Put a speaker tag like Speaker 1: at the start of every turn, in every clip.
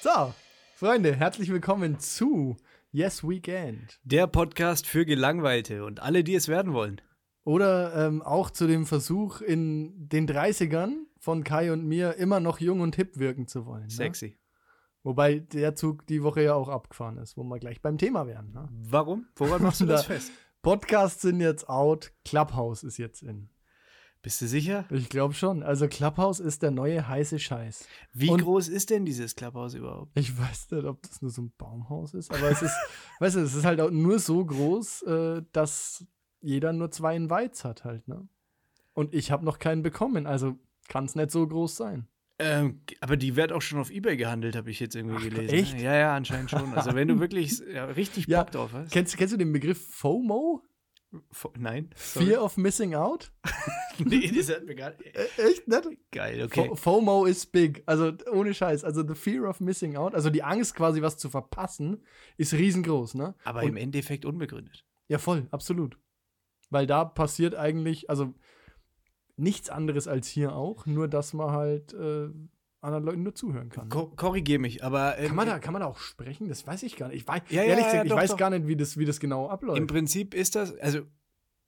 Speaker 1: So, Freunde, herzlich willkommen zu Yes Weekend.
Speaker 2: Der Podcast für Gelangweilte und alle, die es werden wollen.
Speaker 1: Oder ähm, auch zu dem Versuch, in den 30ern von Kai und mir immer noch jung und hip wirken zu wollen. ne?
Speaker 2: Sexy.
Speaker 1: Wobei der Zug die Woche ja auch abgefahren ist, wo wir gleich beim Thema wären. Ne?
Speaker 2: Warum? Woran machst du
Speaker 1: Da-
Speaker 2: das fest?
Speaker 1: Podcasts sind jetzt out, Clubhouse ist jetzt in.
Speaker 2: Bist du sicher?
Speaker 1: Ich glaube schon. Also Clubhouse ist der neue heiße Scheiß.
Speaker 2: Wie
Speaker 1: Und-
Speaker 2: groß ist denn dieses Clubhouse überhaupt?
Speaker 1: Ich weiß nicht, ob das nur so ein Baumhaus ist, aber es ist, weißt du, es ist halt auch nur so groß, äh, dass jeder nur zwei Invites hat halt, ne? Und ich habe noch keinen bekommen, also kann es nicht so groß sein.
Speaker 2: Ähm, aber die wird auch schon auf Ebay gehandelt, habe ich jetzt irgendwie
Speaker 1: Ach,
Speaker 2: gelesen.
Speaker 1: echt?
Speaker 2: Ja, ja, anscheinend schon. Also wenn du wirklich ja, richtig
Speaker 1: Ja.
Speaker 2: Bock drauf hast.
Speaker 1: Kennst, kennst du den Begriff FOMO?
Speaker 2: Fo- Nein. sorry.
Speaker 1: Fear of Missing Out?
Speaker 2: nee, das hat mir gerade.
Speaker 1: Äh, Echt nicht?
Speaker 2: Geil, okay.
Speaker 1: Okay. FOMO is big. Also ohne Scheiß. Also the fear of missing out, also die Angst quasi was zu verpassen, ist riesengroß, ne?
Speaker 2: Aber
Speaker 1: Und-
Speaker 2: im Endeffekt unbegründet.
Speaker 1: Ja, voll, absolut. Weil da passiert eigentlich, also nichts anderes als hier auch, nur dass man halt äh, anderen Leuten nur zuhören kann. ne?
Speaker 2: Ko korrigier mich, aber ähm,
Speaker 1: Kann man, da, kann man da auch sprechen? Das weiß ich gar nicht. Ich weiß,
Speaker 2: Ja, ja,
Speaker 1: ehrlich
Speaker 2: ja,
Speaker 1: gesagt, ich
Speaker 2: doch,
Speaker 1: weiß
Speaker 2: doch.
Speaker 1: gar nicht, wie das, wie das genau
Speaker 2: im
Speaker 1: abläuft.
Speaker 2: Prinzip ist das, also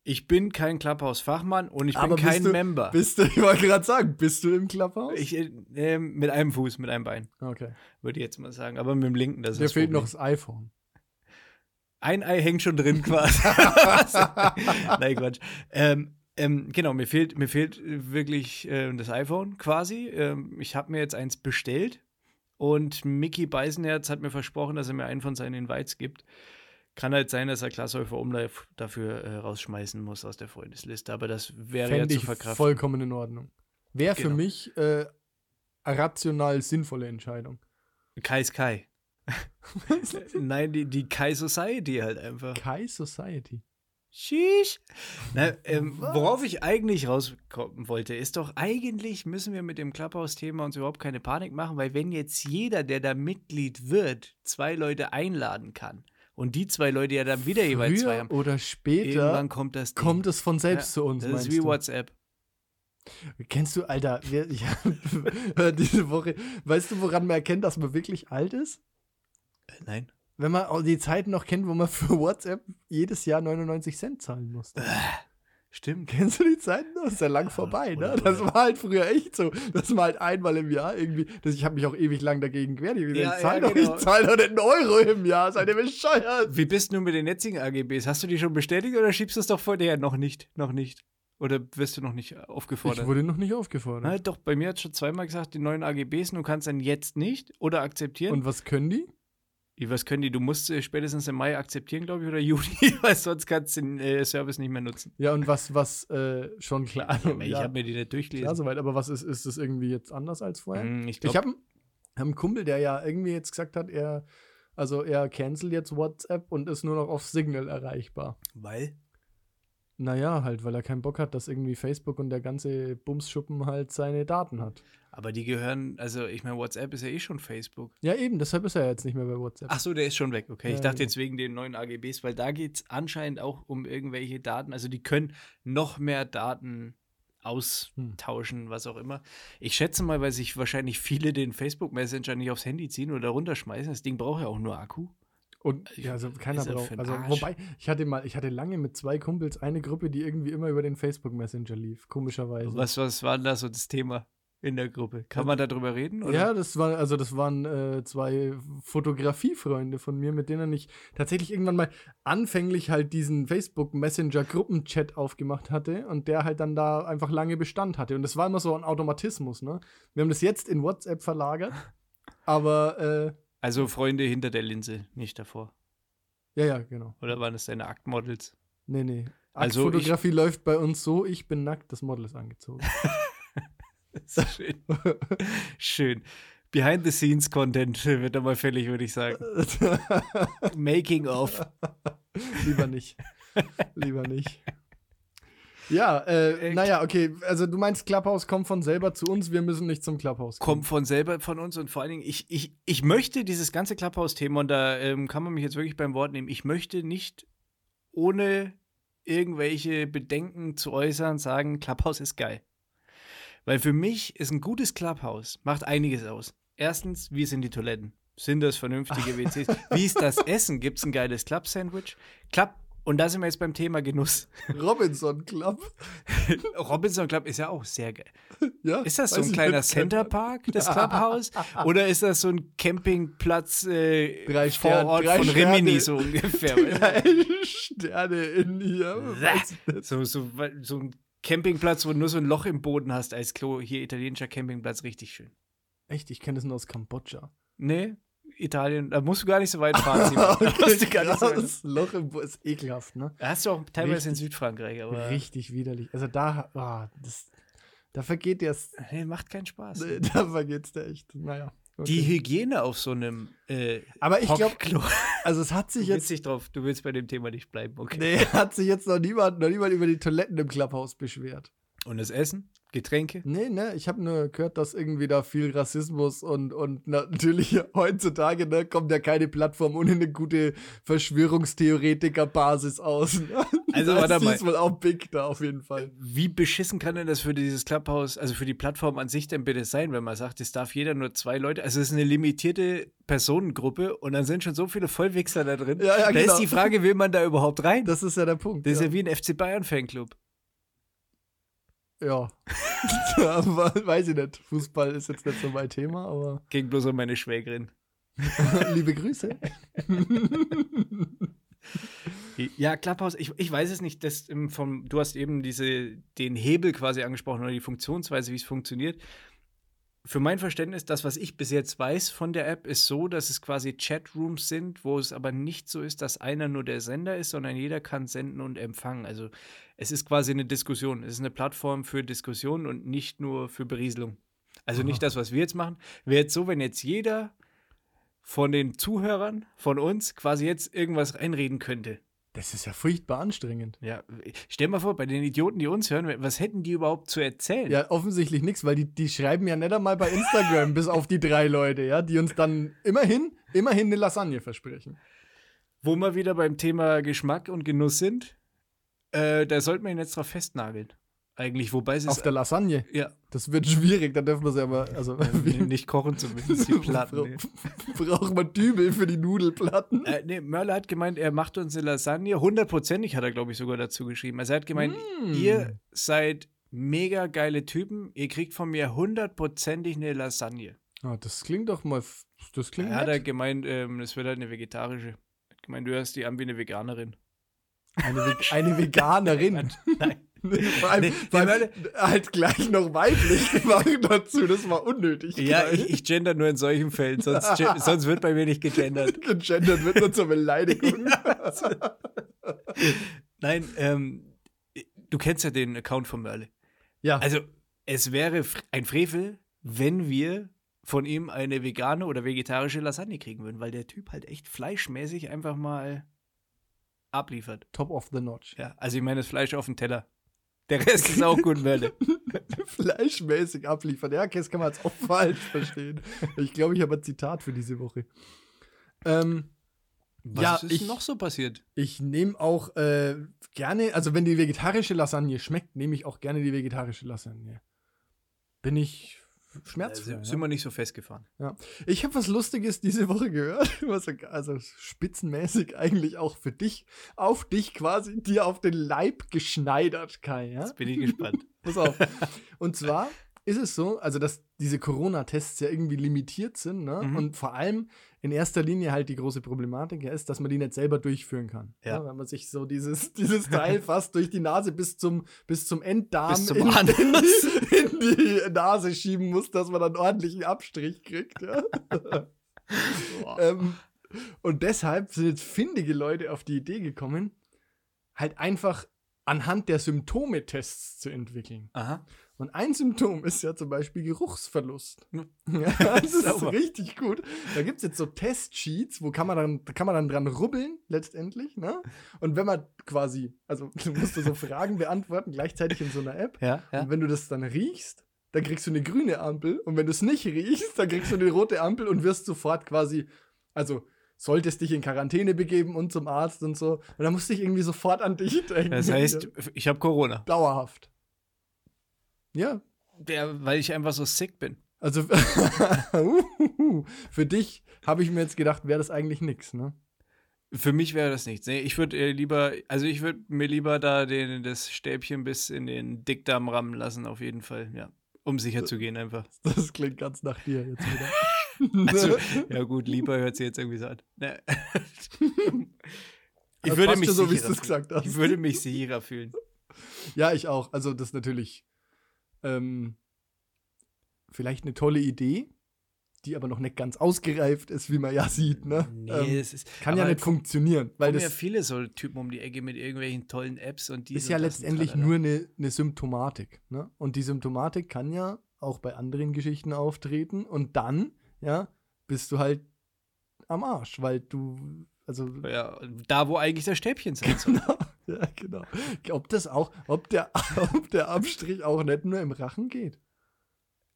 Speaker 2: ich bin kein Clubhouse-Fachmann und ich bin
Speaker 1: Aber bist
Speaker 2: kein
Speaker 1: du-
Speaker 2: Member.
Speaker 1: Bist du, ich wollte gerade sagen, bist du im Clubhouse?
Speaker 2: Ich, äh, ähm, mit einem Fuß, mit einem Bein,
Speaker 1: ah, okay.
Speaker 2: würde ich jetzt mal sagen. Aber mit dem linken, das ist
Speaker 1: Dir
Speaker 2: das
Speaker 1: fehlt
Speaker 2: Problem.
Speaker 1: noch das iPhone.
Speaker 2: Ein Ei hängt schon drin quasi. Nein, Quatsch. Ähm, ähm, genau, mir fehlt, mir fehlt wirklich ähm, das iPhone quasi. Ähm, ich habe mir jetzt eins bestellt und Mickey Beisenherz hat mir versprochen, dass er mir einen von seinen Invites gibt. Kann halt sein, dass er Klasshäufer Umlauf dafür äh, rausschmeißen muss aus der Freundesliste, aber das wäre ja
Speaker 1: Fände
Speaker 2: zu
Speaker 1: ich
Speaker 2: verkraften.
Speaker 1: vollkommen in Ordnung. Wäre für
Speaker 2: Genau.
Speaker 1: mich äh, eine rational sinnvolle Entscheidung.
Speaker 2: Kai's Kai. Äh, Nein, die, die Kai Society halt einfach.
Speaker 1: Kai Society.
Speaker 2: Sheesh. Na, ähm,
Speaker 1: Äh, Was?
Speaker 2: worauf ich eigentlich rauskommen wollte, ist doch, eigentlich müssen wir mit dem Clubhouse-Thema uns überhaupt keine Panik machen, weil wenn jetzt jeder, der da Mitglied wird, zwei Leute einladen kann und die zwei Leute ja dann wieder jeweils zwei
Speaker 1: Früher
Speaker 2: haben,
Speaker 1: oder später
Speaker 2: irgendwann kommt das Ding.
Speaker 1: kommt es von selbst
Speaker 2: Ja,
Speaker 1: zu uns.
Speaker 2: das ist
Speaker 1: meinst
Speaker 2: wie
Speaker 1: du?
Speaker 2: WhatsApp.
Speaker 1: Kennst du, Alter, wir, ich hab diese Woche, weißt du, woran man erkennt, dass man wirklich alt ist?
Speaker 2: Äh, Nein.
Speaker 1: Wenn man auch die Zeiten noch kennt, wo man für WhatsApp jedes Jahr 99 Cent zahlen musste.
Speaker 2: Äh. Stimmt.
Speaker 1: Kennst du die Zeiten? noch? Das ist ja lang vorbei, ne?
Speaker 2: oder-
Speaker 1: Das
Speaker 2: oder-
Speaker 1: war halt früher echt so. Das war halt einmal im Jahr irgendwie. Das, ich habe mich auch ewig lang dagegen gewehrt. Ich,
Speaker 2: Ja,
Speaker 1: ich zahle
Speaker 2: ja,
Speaker 1: doch,
Speaker 2: genau.
Speaker 1: ich zahl doch nicht einen Euro im Jahr. Seid ihr bescheuert?
Speaker 2: Wie bist du mit den jetzigen AGBs? Hast du die schon bestätigt oder schiebst du es doch vor dir? Noch nicht, noch nicht. Oder wirst du noch nicht aufgefordert?
Speaker 1: Ich wurde noch nicht aufgefordert.
Speaker 2: Na, doch, bei mir hat schon zweimal gesagt, die neuen AGBs, du kannst dann jetzt nicht oder akzeptieren.
Speaker 1: Und was können die?
Speaker 2: Ja, Was können die? Du musst äh, spätestens im Mai akzeptieren, glaube ich, oder Juni, weil sonst kannst du den äh, Service nicht mehr nutzen.
Speaker 1: Ja, und was, was äh, schon klar.
Speaker 2: Aber ich habe mir die nicht
Speaker 1: klar
Speaker 2: durchgelesen.
Speaker 1: soweit. Aber was ist, ist das irgendwie jetzt anders als vorher?
Speaker 2: Hm, ich
Speaker 1: Ich
Speaker 2: glaube,
Speaker 1: habe hab einen Kumpel, der ja irgendwie jetzt gesagt hat, er, also er cancelt jetzt WhatsApp und ist nur noch auf Signal erreichbar.
Speaker 2: weil.
Speaker 1: Naja, halt, weil er keinen Bock hat, dass irgendwie Facebook und der ganze Bumsschuppen halt seine Daten hat.
Speaker 2: Aber die gehören, also ich meine, WhatsApp ist ja eh schon Facebook.
Speaker 1: Ja, eben, deshalb ist er jetzt nicht mehr bei WhatsApp.
Speaker 2: Ach so, der ist schon weg. Okay, ich
Speaker 1: Ja,
Speaker 2: dachte
Speaker 1: genau.
Speaker 2: jetzt wegen den neuen AGBs, weil da geht es anscheinend auch um irgendwelche Daten. Also die können noch mehr
Speaker 1: Hm.
Speaker 2: Daten austauschen, was auch immer. Ich schätze mal, weil sich wahrscheinlich viele den Facebook Messenger nicht aufs Handy ziehen oder runterschmeißen. Das Ding braucht ja auch nur Akku.
Speaker 1: Und
Speaker 2: Ich-
Speaker 1: ja, also keiner
Speaker 2: ist er
Speaker 1: braucht.
Speaker 2: für ein
Speaker 1: Also,
Speaker 2: Arsch.
Speaker 1: wobei, ich hatte mal, ich hatte lange mit zwei Kumpels eine Gruppe, die irgendwie immer über den Facebook Messenger lief, komischerweise.
Speaker 2: Was, was war denn da so das Thema in der Gruppe? Kann man darüber reden? Oder?
Speaker 1: Also Ja, das war, also das waren äh, zwei Fotografiefreunde von mir, mit denen ich tatsächlich irgendwann mal anfänglich halt diesen Facebook-Messenger-Gruppenchat aufgemacht hatte und der halt dann da einfach lange Bestand hatte. Und das war immer so ein Automatismus, ne? Wir haben das jetzt in WhatsApp verlagert, aber äh,
Speaker 2: Also Freunde hinter der Linse, nicht davor.
Speaker 1: ja, ja, genau.
Speaker 2: Oder waren es deine Aktmodels?
Speaker 1: Nee, nee.
Speaker 2: Also ich-
Speaker 1: Fotografie läuft bei uns so, ich bin nackt, das Model ist angezogen.
Speaker 2: Schön. Schön. Behind-the-scenes-Content wird da mal fällig, würde ich sagen. Making of.
Speaker 1: Lieber nicht. Lieber nicht. Ja, äh,
Speaker 2: Äh,
Speaker 1: naja, okay. Also du meinst, Clubhouse kommt von selber zu uns, wir müssen nicht zum Clubhouse
Speaker 2: Kommt von selber von uns und vor allen Dingen, ich, ich, ich möchte dieses ganze Clubhouse-Thema, und da ähm, kann man mich jetzt wirklich beim Wort nehmen, ich möchte nicht ohne irgendwelche Bedenken zu äußern, sagen, Clubhouse ist geil. Weil für mich ist ein gutes Clubhouse, macht einiges aus. Erstens, wie sind die Toiletten? Sind das vernünftige WCs? Wie ist das Essen? Gibt es ein geiles Club-Sandwich? Club, und da sind wir jetzt beim Thema Genuss.
Speaker 1: Robinson Club.
Speaker 2: Robinson Club ist ja auch sehr geil.
Speaker 1: Ja,
Speaker 2: Ist das so
Speaker 1: weiß
Speaker 2: ein
Speaker 1: ich
Speaker 2: kleiner
Speaker 1: nicht.
Speaker 2: Centerpark, das Clubhouse? Oder ist das so ein Campingplatz äh,
Speaker 1: Drei
Speaker 2: vor
Speaker 1: Sterne-
Speaker 2: Ort
Speaker 1: drei
Speaker 2: von
Speaker 1: Sterne.
Speaker 2: Rimini so ungefähr?
Speaker 1: Drei Sterne in ihr. Weißt du das?
Speaker 2: so, so, so ein Campingplatz, wo du nur so ein Loch im Boden hast als Klo. Hier italienischer Campingplatz, richtig schön.
Speaker 1: Echt, ich kenne das nur aus Kambodscha.
Speaker 2: Nee, Italien, da musst du gar nicht so weit fahren. Simon. Da musst du gar nicht so weit-
Speaker 1: krass. Loch im Bo ist ekelhaft, ne?
Speaker 2: Da hast du auch teilweise in
Speaker 1: Richtig.
Speaker 2: Südfrankreich, aber
Speaker 1: Richtig widerlich. Also da, ah, das, da vergeht dir
Speaker 2: nee, macht keinen Spaß.
Speaker 1: da vergeht's dir echt. Naja. okay.
Speaker 2: Die Hygiene auf so einem äh,
Speaker 1: Aber ich glaube,
Speaker 2: Pockklo.
Speaker 1: also es hat
Speaker 2: Du
Speaker 1: sich
Speaker 2: willst
Speaker 1: jetzt,
Speaker 2: dich drauf, du willst bei dem Thema nicht bleiben, okay.
Speaker 1: nee, hat sich jetzt noch niemand, noch niemand über die Toiletten im Clubhaus beschwert.
Speaker 2: Und das Essen, Getränke,
Speaker 1: Nee, ne, ich habe nur gehört, dass irgendwie da viel Rassismus und, und natürlich heutzutage, ne, kommt ja keine Plattform ohne eine gute Verschwörungstheoretiker-Basis aus. ne?
Speaker 2: Also,
Speaker 1: da
Speaker 2: warte
Speaker 1: ist
Speaker 2: mal.
Speaker 1: diesmal auch big da auf jeden Fall.
Speaker 2: Wie beschissen kann denn das für dieses Clubhouse, also für die Plattform an sich denn bitte sein, wenn man sagt, es darf jeder nur zwei Leute, also es ist eine limitierte Personengruppe und dann sind schon so viele Vollwichser da drin.
Speaker 1: Ja, ja,
Speaker 2: da
Speaker 1: genau.
Speaker 2: ist die Frage, will man da überhaupt rein? Das,
Speaker 1: Das ist ja der Punkt.
Speaker 2: ist
Speaker 1: ja.
Speaker 2: ja wie ein FC Bayern Fanclub.
Speaker 1: Ja. aber weiß ich nicht. Fußball ist jetzt nicht so mein Thema, aber
Speaker 2: Ging bloß um meine Schwägerin.
Speaker 1: liebe Grüße.
Speaker 2: Ja, Clubhouse, ich, ich weiß es nicht. Das, ähm, vom, du hast eben diese, den Hebel quasi angesprochen oder die Funktionsweise, wie es funktioniert. Für mein Verständnis, das, was ich bis jetzt weiß von der App, ist so, dass es quasi Chatrooms sind, wo es aber nicht so ist, dass einer nur der Sender ist, sondern jeder kann senden und empfangen. Also es ist quasi eine Diskussion. Es ist eine Plattform für Diskussion und nicht nur für Berieselung. Also nicht das, was wir jetzt machen. Wäre jetzt so, wenn jetzt jeder von den Zuhörern, von uns, quasi jetzt irgendwas reinreden könnte.
Speaker 1: Das ist ja furchtbar anstrengend.
Speaker 2: Ja, stell mal vor, bei den Idioten, die uns hören, was hätten die überhaupt zu erzählen?
Speaker 1: Ja, offensichtlich nichts, weil die, die schreiben ja nicht einmal bei Instagram, bis auf die drei Leute, ja, die uns dann immerhin, immerhin eine Lasagne versprechen.
Speaker 2: Wo wir wieder beim Thema Geschmack und Genuss sind, äh, da sollten wir ihn jetzt drauf festnageln. Eigentlich, wobei es
Speaker 1: Auf
Speaker 2: ist. äh,
Speaker 1: der Lasagne.
Speaker 2: Ja,
Speaker 1: Das wird schwierig, da dürfen wir sie aber, also, wie,
Speaker 2: nicht kochen zumindest, die Platten. nee.
Speaker 1: braucht man Dübel für die Nudelplatten?
Speaker 2: Äh, nee, Mörler hat gemeint, er macht uns eine Lasagne. Hundertprozentig hat er, glaube ich, sogar dazu geschrieben. Also er hat gemeint,
Speaker 1: Mm.
Speaker 2: ihr seid mega geile Typen, ihr kriegt von mir hundertprozentig eine Lasagne.
Speaker 1: Ah, das klingt doch mal, f- das klingt
Speaker 2: Er hat er
Speaker 1: nett.
Speaker 2: gemeint, ähm, das wird halt eine vegetarische. Er hat gemeint, du hörst die an wie eine Veganerin.
Speaker 1: Eine, Ve eine Veganerin.
Speaker 2: Nein.
Speaker 1: vor allem,
Speaker 2: Nee,
Speaker 1: vor allem halt gleich noch weiblich gemacht dazu. Das war unnötig.
Speaker 2: Ja,
Speaker 1: gleich.
Speaker 2: ich, ich gender nur in solchen Fällen, sonst, gen- sonst wird bei mir nicht gegendert.
Speaker 1: Gegendert wird nur zur Beleidigung.
Speaker 2: also- Nein, ähm, du kennst ja den Account von Merle.
Speaker 1: Ja.
Speaker 2: Also, es wäre f- ein Frevel, wenn wir von ihm eine vegane oder vegetarische Lasagne kriegen würden, weil der Typ halt echt fleischmäßig einfach mal abliefert.
Speaker 1: Top of the notch.
Speaker 2: Ja, also ich meine das Fleisch auf dem Teller. Der Rest ist auch gut, Merle.
Speaker 1: Fleischmäßig abliefern. Ja, okay, das kann man jetzt auch falsch verstehen. Ich glaube, ich habe ein Zitat für diese Woche. Ähm,
Speaker 2: Was
Speaker 1: Ja,
Speaker 2: ist
Speaker 1: ich-
Speaker 2: noch so passiert?
Speaker 1: ich nehme auch äh, gerne, also wenn die vegetarische Lasagne schmeckt, nehme ich auch gerne die vegetarische Lasagne. Bin ich schmerzfrei.
Speaker 2: Äh, Sind-
Speaker 1: ja.
Speaker 2: sind wir nicht so festgefahren.
Speaker 1: Ich habe was Lustiges diese Woche gehört, was so- also spitzenmäßig eigentlich auch für dich, auf dich quasi, dir auf den Leib geschneidert, Kai. Ja?
Speaker 2: Jetzt bin ich gespannt.
Speaker 1: Pass auf. Und zwar ist es so, also dass diese Corona-Tests ja irgendwie limitiert sind, ne?
Speaker 2: Mhm.
Speaker 1: Und vor allem in erster Linie halt die große Problematik ja ist, dass man die nicht selber durchführen kann. ne?
Speaker 2: Ja.
Speaker 1: Wenn man sich so dieses, dieses Teil fast durch die Nase bis zum, bis zum Enddarm
Speaker 2: Bis zum
Speaker 1: in,
Speaker 2: Anus.
Speaker 1: in, die, in die Nase schieben muss, dass man dann ordentlichen Abstrich kriegt, ja. ähm, und deshalb sind jetzt findige Leute auf die Idee gekommen, halt einfach anhand der Symptome Tests zu entwickeln.
Speaker 2: Aha.
Speaker 1: Und ein Symptom ist ja zum Beispiel Geruchsverlust.
Speaker 2: Hm.
Speaker 1: Ja, das ist
Speaker 2: Sauber.
Speaker 1: richtig gut. Da gibt es jetzt so Testsheets, wo kann man dann, da kann man dann dran rubbeln, letztendlich, ne? Und wenn man quasi, also du musst du so Fragen beantworten, gleichzeitig in so einer App.
Speaker 2: Ja, ja.
Speaker 1: Und wenn du das dann riechst, dann kriegst du eine grüne Ampel. Und wenn du es nicht riechst, dann kriegst du eine rote Ampel und wirst sofort quasi, also solltest dich in Quarantäne begeben und zum Arzt und so. Und da musste ich irgendwie sofort an dich denken.
Speaker 2: Das heißt, ich habe Corona.
Speaker 1: Dauerhaft. Ja,
Speaker 2: Ja, weil ich einfach so sick bin.
Speaker 1: also uhuhu. für dich habe ich mir jetzt gedacht, wäre das eigentlich nix, ne?
Speaker 2: Für mich wäre das nichts. Nee, ich würde äh, lieber, also ich würde mir lieber da den, das Stäbchen bis in den Dickdarm rammen lassen, auf jeden Fall, ja. Um sicher zu gehen einfach.
Speaker 1: Das klingt ganz nach dir jetzt wieder.
Speaker 2: Also, ja gut, lieber hört sie jetzt irgendwie so an. Ne. ich
Speaker 1: Das
Speaker 2: würde
Speaker 1: Also, passt
Speaker 2: mich
Speaker 1: ja so, wie
Speaker 2: sicherer
Speaker 1: du's gesagt
Speaker 2: fühlen.
Speaker 1: hast.
Speaker 2: Ich würde mich sicherer fühlen.
Speaker 1: Ja, ich auch. Also, das ist natürlich ähm, vielleicht eine tolle Idee, die aber noch nicht ganz ausgereift ist, wie man ja sieht. Ne? ähm,
Speaker 2: es ist,
Speaker 1: kann ja
Speaker 2: aber
Speaker 1: nicht funktionieren, weil
Speaker 2: kommen ja
Speaker 1: das
Speaker 2: viele so Typen um die Ecke mit irgendwelchen tollen Apps und die
Speaker 1: ist ja letztendlich nur eine, eine Symptomatik. Ne? Und die Symptomatik kann ja auch bei anderen Geschichten auftreten und dann, ja, bist du halt am Arsch, weil du, also
Speaker 2: ja, da wo eigentlich das Stäbchen sein soll.
Speaker 1: Ja, genau. Ob das auch, ob der, ob der Abstrich auch nicht nur im Rachen geht.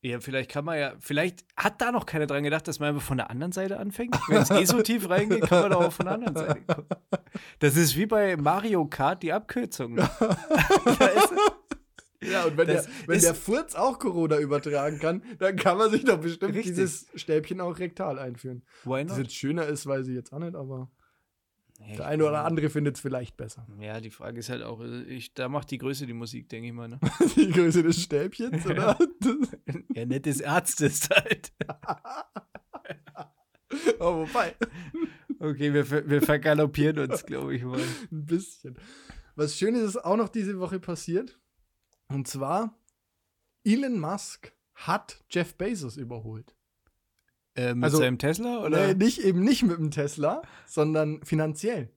Speaker 2: Ja, vielleicht kann man ja, vielleicht hat da noch keiner dran gedacht, dass man einfach von der anderen Seite anfängt. Wenn es eh so tief reingeht, kann man doch auch von der anderen Seite kommen. Das ist wie bei Mario Kart die Abkürzung. ne? da ist,
Speaker 1: Ja, und wenn,
Speaker 2: Das
Speaker 1: der, wenn
Speaker 2: ist-
Speaker 1: der Furz auch Corona übertragen kann, dann kann man sich doch bestimmt
Speaker 2: Richtig.
Speaker 1: dieses Stäbchen auch rektal einführen.
Speaker 2: why
Speaker 1: Dass
Speaker 2: not?
Speaker 1: jetzt schöner ist, weiß ich jetzt auch nicht, aber
Speaker 2: Ja,
Speaker 1: der eine oder andere findet es vielleicht besser.
Speaker 2: Ja, die Frage ist halt auch, äh, ich, da macht die Größe die Musik, denke ich mal. Ne?
Speaker 1: Die Größe des Stäbchens, oder?
Speaker 2: ja, nett des Arztes halt.
Speaker 1: oh, wobei,
Speaker 2: Okay, wir, ver- wir vergaloppieren uns, glaube ich mal.
Speaker 1: ein bisschen. Was Schönes ist auch noch diese Woche passiert. Und zwar, Elon Musk hat Jeff Bezos überholt.
Speaker 2: Äh, mit
Speaker 1: Also-
Speaker 2: seinem Tesla? Oder?
Speaker 1: Nee, nicht eben nicht mit dem Tesla, sondern finanziell.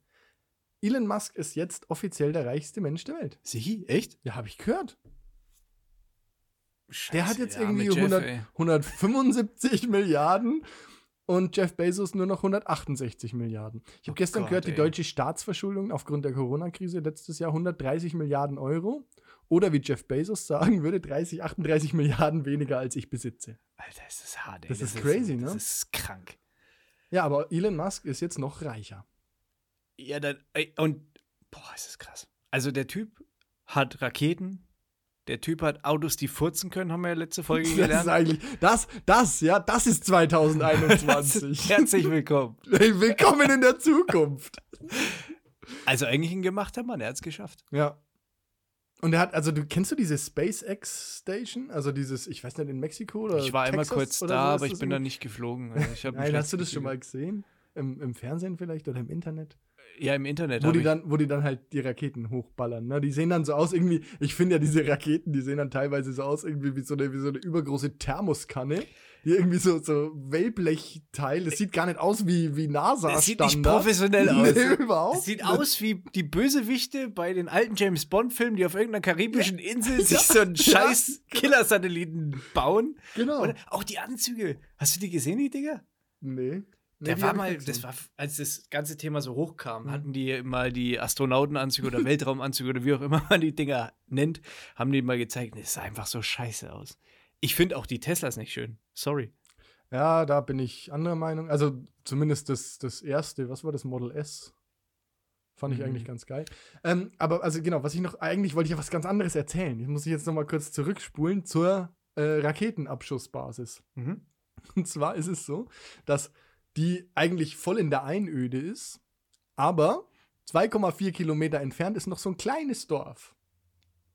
Speaker 1: Elon Musk ist jetzt offiziell der reichste Mensch der Welt.
Speaker 2: Sie? Echt?
Speaker 1: Ja, habe ich gehört.
Speaker 2: Scheiße,
Speaker 1: Der hat jetzt
Speaker 2: der arme
Speaker 1: irgendwie
Speaker 2: Jeff,
Speaker 1: 100,
Speaker 2: ey.
Speaker 1: 175 Milliarden und Jeff Bezos nur noch 168 Milliarden. Ich habe
Speaker 2: Oh
Speaker 1: gestern
Speaker 2: Gott,
Speaker 1: gehört, die
Speaker 2: ey.
Speaker 1: deutsche Staatsverschuldung aufgrund der Corona-Krise letztes Jahr 130 Milliarden Euro. Oder wie Jeff Bezos sagen würde, 30, 38 Milliarden weniger als ich besitze.
Speaker 2: Alter, ist das hart, ey.
Speaker 1: Das ist crazy,
Speaker 2: Das
Speaker 1: ne?
Speaker 2: ist krank.
Speaker 1: Ja, aber Elon Musk ist jetzt noch reicher.
Speaker 2: Ja, dann, ey, und, boah, ist das krass. Also, der Typ hat Raketen, der Typ hat Autos, die furzen können, haben wir ja letzte Folge
Speaker 1: Das ist
Speaker 2: gelernt.
Speaker 1: eigentlich, das, das, ja, das ist 2021.
Speaker 2: Herzlich willkommen.
Speaker 1: Hey, willkommen in der Zukunft.
Speaker 2: Also, eigentlich ein gemachter Mann, er hat's geschafft.
Speaker 1: Ja. Und er hat, also du kennst du diese SpaceX Station? Also dieses, ich weiß nicht, in Mexiko oder
Speaker 2: Ich war einmal
Speaker 1: Texas
Speaker 2: kurz
Speaker 1: oder
Speaker 2: da,
Speaker 1: so ist
Speaker 2: aber ich
Speaker 1: das
Speaker 2: bin
Speaker 1: irgendwie-
Speaker 2: da nicht geflogen. Also ich hab ein
Speaker 1: Nein, hast du das
Speaker 2: schlechtes
Speaker 1: schon mal gesehen? Im, Im Fernsehen vielleicht oder im Internet?
Speaker 2: Gefühl. Ja, im Internet.
Speaker 1: Wo
Speaker 2: hab
Speaker 1: die,
Speaker 2: ich-
Speaker 1: dann, wo die dann halt die Raketen hochballern. Ne? Die sehen dann so aus, irgendwie, ich finde ja diese Raketen, die sehen dann teilweise so aus, irgendwie wie so eine, wie so eine übergroße Thermoskanne. Die irgendwie so, so Wellblechteil. Das sieht gar nicht aus wie, wie NASA-Standard.
Speaker 2: Das sieht nicht professionell aus.
Speaker 1: Nee, überhaupt.
Speaker 2: Es sieht aus wie die Bösewichte bei den alten James Bond-Filmen, die auf irgendeiner karibischen Insel sich so einen scheiß Killer-Satelliten bauen.
Speaker 1: Genau.
Speaker 2: Oder auch die Anzüge. Hast du die gesehen, die Dinger?
Speaker 1: Nee. nee
Speaker 2: Der
Speaker 1: die
Speaker 2: war
Speaker 1: hab ich
Speaker 2: mal,
Speaker 1: nicht gesehen.
Speaker 2: das war, als das ganze Thema so hochkam,
Speaker 1: Mhm.
Speaker 2: hatten die mal die Astronautenanzüge oder Weltraumanzüge oder wie auch immer man die Dinger nennt, haben die mal gezeigt. Das sah einfach so scheiße aus. Ich finde auch die Teslas nicht schön. Sorry.
Speaker 1: Ja, da bin ich anderer Meinung. Also zumindest das, das erste, was war das Model S? Fand ich
Speaker 2: Mhm.
Speaker 1: eigentlich ganz geil. Ähm, aber also genau, was ich noch, eigentlich wollte ich ja was ganz anderes erzählen. Ich muss ich jetzt nochmal kurz zurückspulen zur äh, Raketenabschussbasis. Und zwar ist es so, dass die eigentlich voll in der Einöde ist, aber 2,4 Kilometer entfernt ist noch so ein kleines Dorf.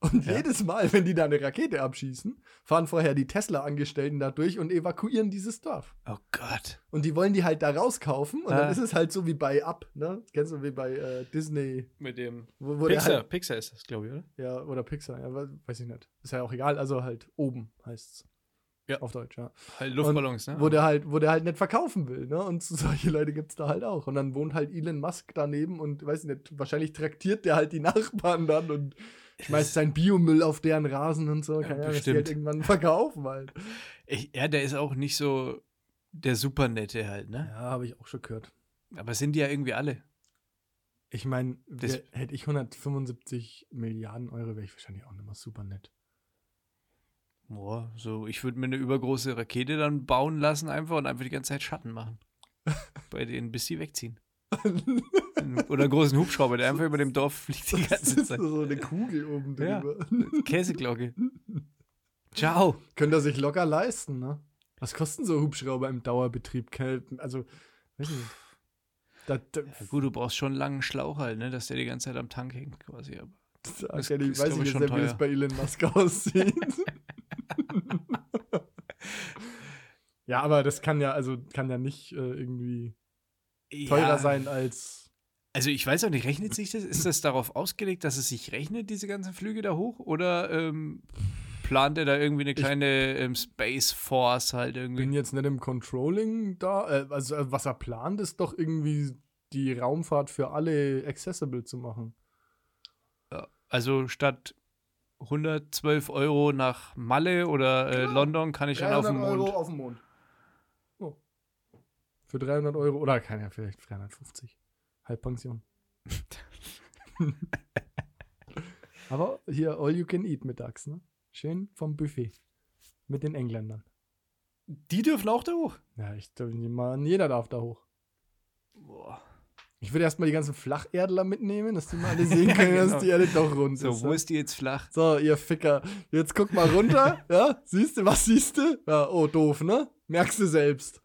Speaker 1: Und
Speaker 2: Ja.
Speaker 1: jedes Mal, wenn die da eine Rakete abschießen, fahren vorher die Tesla-Angestellten da durch und evakuieren dieses Dorf.
Speaker 2: Oh Gott.
Speaker 1: Und die wollen die halt da rauskaufen und
Speaker 2: Ah.
Speaker 1: dann ist es halt so wie bei Up, ne? Kennst du wie bei äh, Disney,
Speaker 2: Mit dem
Speaker 1: wo, wo der
Speaker 2: Pixar.
Speaker 1: Halt,
Speaker 2: Pixar ist das, glaube ich, oder?
Speaker 1: ja, oder Pixar, ja, we- weiß ich nicht. Ist ja auch egal, also halt oben heißt's.
Speaker 2: Ja.
Speaker 1: Auf Deutsch, ja.
Speaker 2: Halt Luftballons, ne?
Speaker 1: wo der halt, wo der halt nicht verkaufen will, ne? Und so solche Leute gibt's da halt auch. Und dann wohnt halt Elon Musk daneben und weiß nicht, wahrscheinlich traktiert der halt die Nachbarn dann und schmeißt seinen Biomüll auf deren Rasen und so.
Speaker 2: Ja,
Speaker 1: Keine Ahnung, dass die
Speaker 2: bestimmt.
Speaker 1: halt irgendwann verkaufen halt.
Speaker 2: Ich, ja, der ist auch nicht so der Supernette halt,
Speaker 1: Ja,
Speaker 2: ne?
Speaker 1: habe ich auch schon gehört.
Speaker 2: Aber sind die ja irgendwie alle.
Speaker 1: Ich meine,
Speaker 2: Das-
Speaker 1: wer- hätte ich 175 Milliarden Euro, wäre ich wahrscheinlich auch nicht mal super nett.
Speaker 2: Boah, so, ich würde mir eine übergroße Rakete dann bauen lassen einfach und einfach die ganze Zeit Schatten machen. bei denen, bis sie wegziehen. Oder einen großen Hubschrauber, der einfach über dem Dorf fliegt die ganze Zeit.
Speaker 1: so eine Kugel oben
Speaker 2: Ja.
Speaker 1: drüber.
Speaker 2: Käseglocke. Ciao.
Speaker 1: Könnte er sich locker leisten, ne? Was kosten so Hubschrauber im Dauerbetrieb? Keine- Also, weiß ich nicht. Da, da,
Speaker 2: Ja, gut, du brauchst schon einen langen Schlauch halt, ne, dass der die ganze Zeit am Tank hängt quasi. Aber
Speaker 1: da
Speaker 2: ist,
Speaker 1: kann ich,
Speaker 2: ist,
Speaker 1: weiß
Speaker 2: glaub
Speaker 1: ich
Speaker 2: ich,
Speaker 1: nicht,
Speaker 2: schon
Speaker 1: sehr, wie das
Speaker 2: teuer.
Speaker 1: bei Elon Musk aussieht. ja, aber das kann ja, also kann ja nicht äh, irgendwie teurer
Speaker 2: Ja,
Speaker 1: sein als.
Speaker 2: Also ich weiß auch nicht, rechnet sich das? Ist das darauf ausgelegt, dass es sich rechnet, diese ganzen Flüge da hoch? Oder ähm, plant er da irgendwie eine kleine ähm, Space Force halt
Speaker 1: Bin
Speaker 2: irgendwie?
Speaker 1: jetzt nicht im Controlling da. Äh, also, äh, was er plant, ist doch irgendwie die Raumfahrt für alle accessible zu machen.
Speaker 2: Also statt 112 Euro nach Malle oder äh, London kann ich dann auf den Mond.
Speaker 1: auf dem Mond. Oh. Für 300 Euro oder kann ja vielleicht 350. Halbpension. Aber hier all you can eat mittags, ne? Schön vom Buffet. Mit den Engländern.
Speaker 2: Die dürfen auch da hoch.
Speaker 1: Ja, ich nehme an, jeder darf da hoch.
Speaker 2: Boah.
Speaker 1: Ich würde erstmal die ganzen Flacherdler mitnehmen, dass die mal alle sehen können,
Speaker 2: Ja,
Speaker 1: dass
Speaker 2: genau.
Speaker 1: die Erde doch rund
Speaker 2: So,
Speaker 1: ist.
Speaker 2: wo
Speaker 1: ne?
Speaker 2: ist die jetzt flach?
Speaker 1: So, ihr Ficker, jetzt guck mal runter, ja? Siehst du, was siehst du? Ja, oh, doof, ne? Merkst du selbst.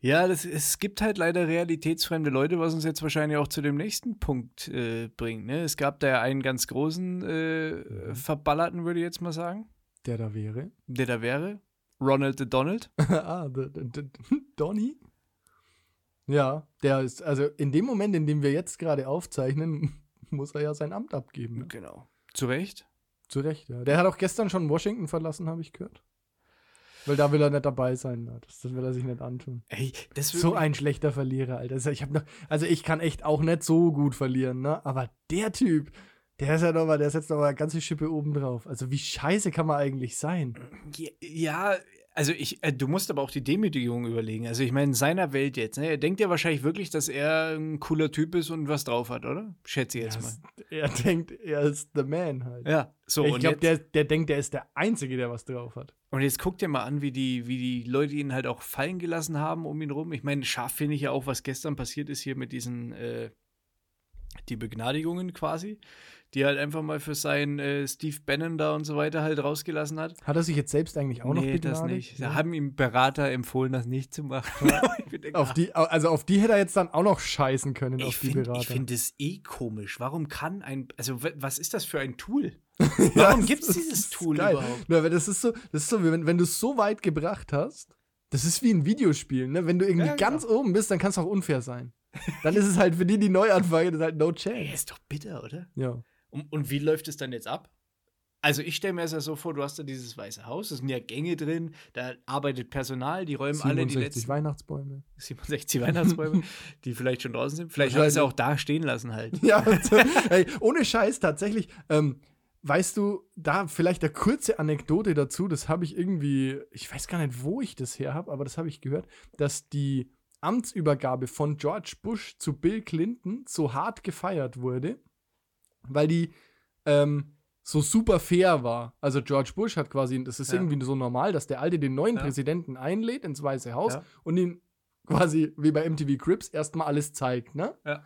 Speaker 2: Ja, das, es gibt halt leider realitätsfremde Leute, was uns jetzt wahrscheinlich auch zu dem nächsten Punkt äh, bringt. Ne? Es gab da ja einen ganz großen äh, Verballerten, würde ich jetzt mal sagen.
Speaker 1: Der da wäre.
Speaker 2: der da wäre. Ronald the Donald.
Speaker 1: ah, d- d- d- Donny? Ja, der ist, also in dem Moment, in dem wir jetzt gerade aufzeichnen, muss er ja sein Amt abgeben. Ne?
Speaker 2: Genau. Zu Recht.
Speaker 1: Zu Recht, ja. Der hat auch gestern schon Washington verlassen, habe ich gehört. Weil da will er nicht dabei sein, ne? das, das will er sich nicht antun.
Speaker 2: Ey, das
Speaker 1: So ein schlechter Verlierer, Alter. Also ich, hab noch, also ich kann echt auch nicht so gut verlieren, ne? Aber der Typ, der ist ja nochmal, der setzt nochmal eine ganze Schippe oben drauf. Also wie scheiße kann man eigentlich sein?
Speaker 2: Ja, also ich, äh, du musst aber auch die Demütigung überlegen. Also ich meine, in seiner Welt jetzt, ne? Er denkt ja wahrscheinlich wirklich, dass er ein cooler Typ ist und was drauf hat, oder? Schätze ich jetzt
Speaker 1: Er, ist, er denkt, er ist the man halt.
Speaker 2: mal. Ja, so
Speaker 1: ich
Speaker 2: und,
Speaker 1: glaube,
Speaker 2: jetzt,
Speaker 1: der, der denkt, der ist der Einzige, der was drauf hat.
Speaker 2: und jetzt guck dir mal an, wie die, wie die Leute ihn halt auch fallen gelassen haben um ihn rum. Ich meine, scharf finde ich ja auch, was gestern passiert ist hier mit diesen äh, die Begnadigungen quasi, die er halt einfach mal für seinen äh, Steve Bannon da und so weiter halt rausgelassen hat.
Speaker 1: Hat er sich jetzt selbst eigentlich auch noch
Speaker 2: nee, das
Speaker 1: begnadigt?
Speaker 2: nicht. Da
Speaker 1: Nee.
Speaker 2: haben ihm Berater empfohlen, das nicht zu machen. ich mir denk,
Speaker 1: auf die, also auf die hätte er jetzt dann auch noch scheißen können,
Speaker 2: ich
Speaker 1: auf die
Speaker 2: finde
Speaker 1: Berater.
Speaker 2: find das eh komisch. Warum kann ein, also w- was ist das für ein Tool? Warum
Speaker 1: das
Speaker 2: gibt es
Speaker 1: ist
Speaker 2: dieses Tool
Speaker 1: geil.
Speaker 2: überhaupt?
Speaker 1: Na, aber das ist so, das ist so, wie wenn, wenn du es so weit gebracht hast, das ist wie ein Videospiel, ne? Wenn du irgendwie
Speaker 2: Ja, genau.
Speaker 1: ganz oben bist, dann kann es auch unfair sein. Dann ist es halt für die, die neu anfangen, das ist halt no
Speaker 2: Ey,
Speaker 1: chance.
Speaker 2: ist doch bitter, oder?
Speaker 1: Ja.
Speaker 2: Und, und wie läuft es dann jetzt ab? Also ich stelle mir das ja so vor, du hast da dieses weiße Haus, da sind ja Gänge drin, da arbeitet Personal, die räumen alle die
Speaker 1: 67
Speaker 2: letzten
Speaker 1: Weihnachtsbäume.
Speaker 2: 67 Weihnachtsbäume, die vielleicht schon draußen sind. Vielleicht hat er es ja auch da stehen lassen halt.
Speaker 1: Ja, also, ey, ohne Scheiß tatsächlich. Ähm, weißt du, da vielleicht eine kurze Anekdote dazu, das habe ich irgendwie, ich weiß gar nicht, wo ich das her habe, aber das habe ich gehört, dass die Amtsübergabe von George Bush zu Bill Clinton so hart gefeiert wurde, weil die ähm, so super fair war. Also George Bush hat quasi, das ist
Speaker 2: Ja.
Speaker 1: irgendwie so normal, dass der Alte den neuen
Speaker 2: Ja.
Speaker 1: Präsidenten einlädt ins Weiße Haus
Speaker 2: Ja.
Speaker 1: und ihm quasi wie bei MTV Crips erstmal alles zeigt, ne?
Speaker 2: Ja.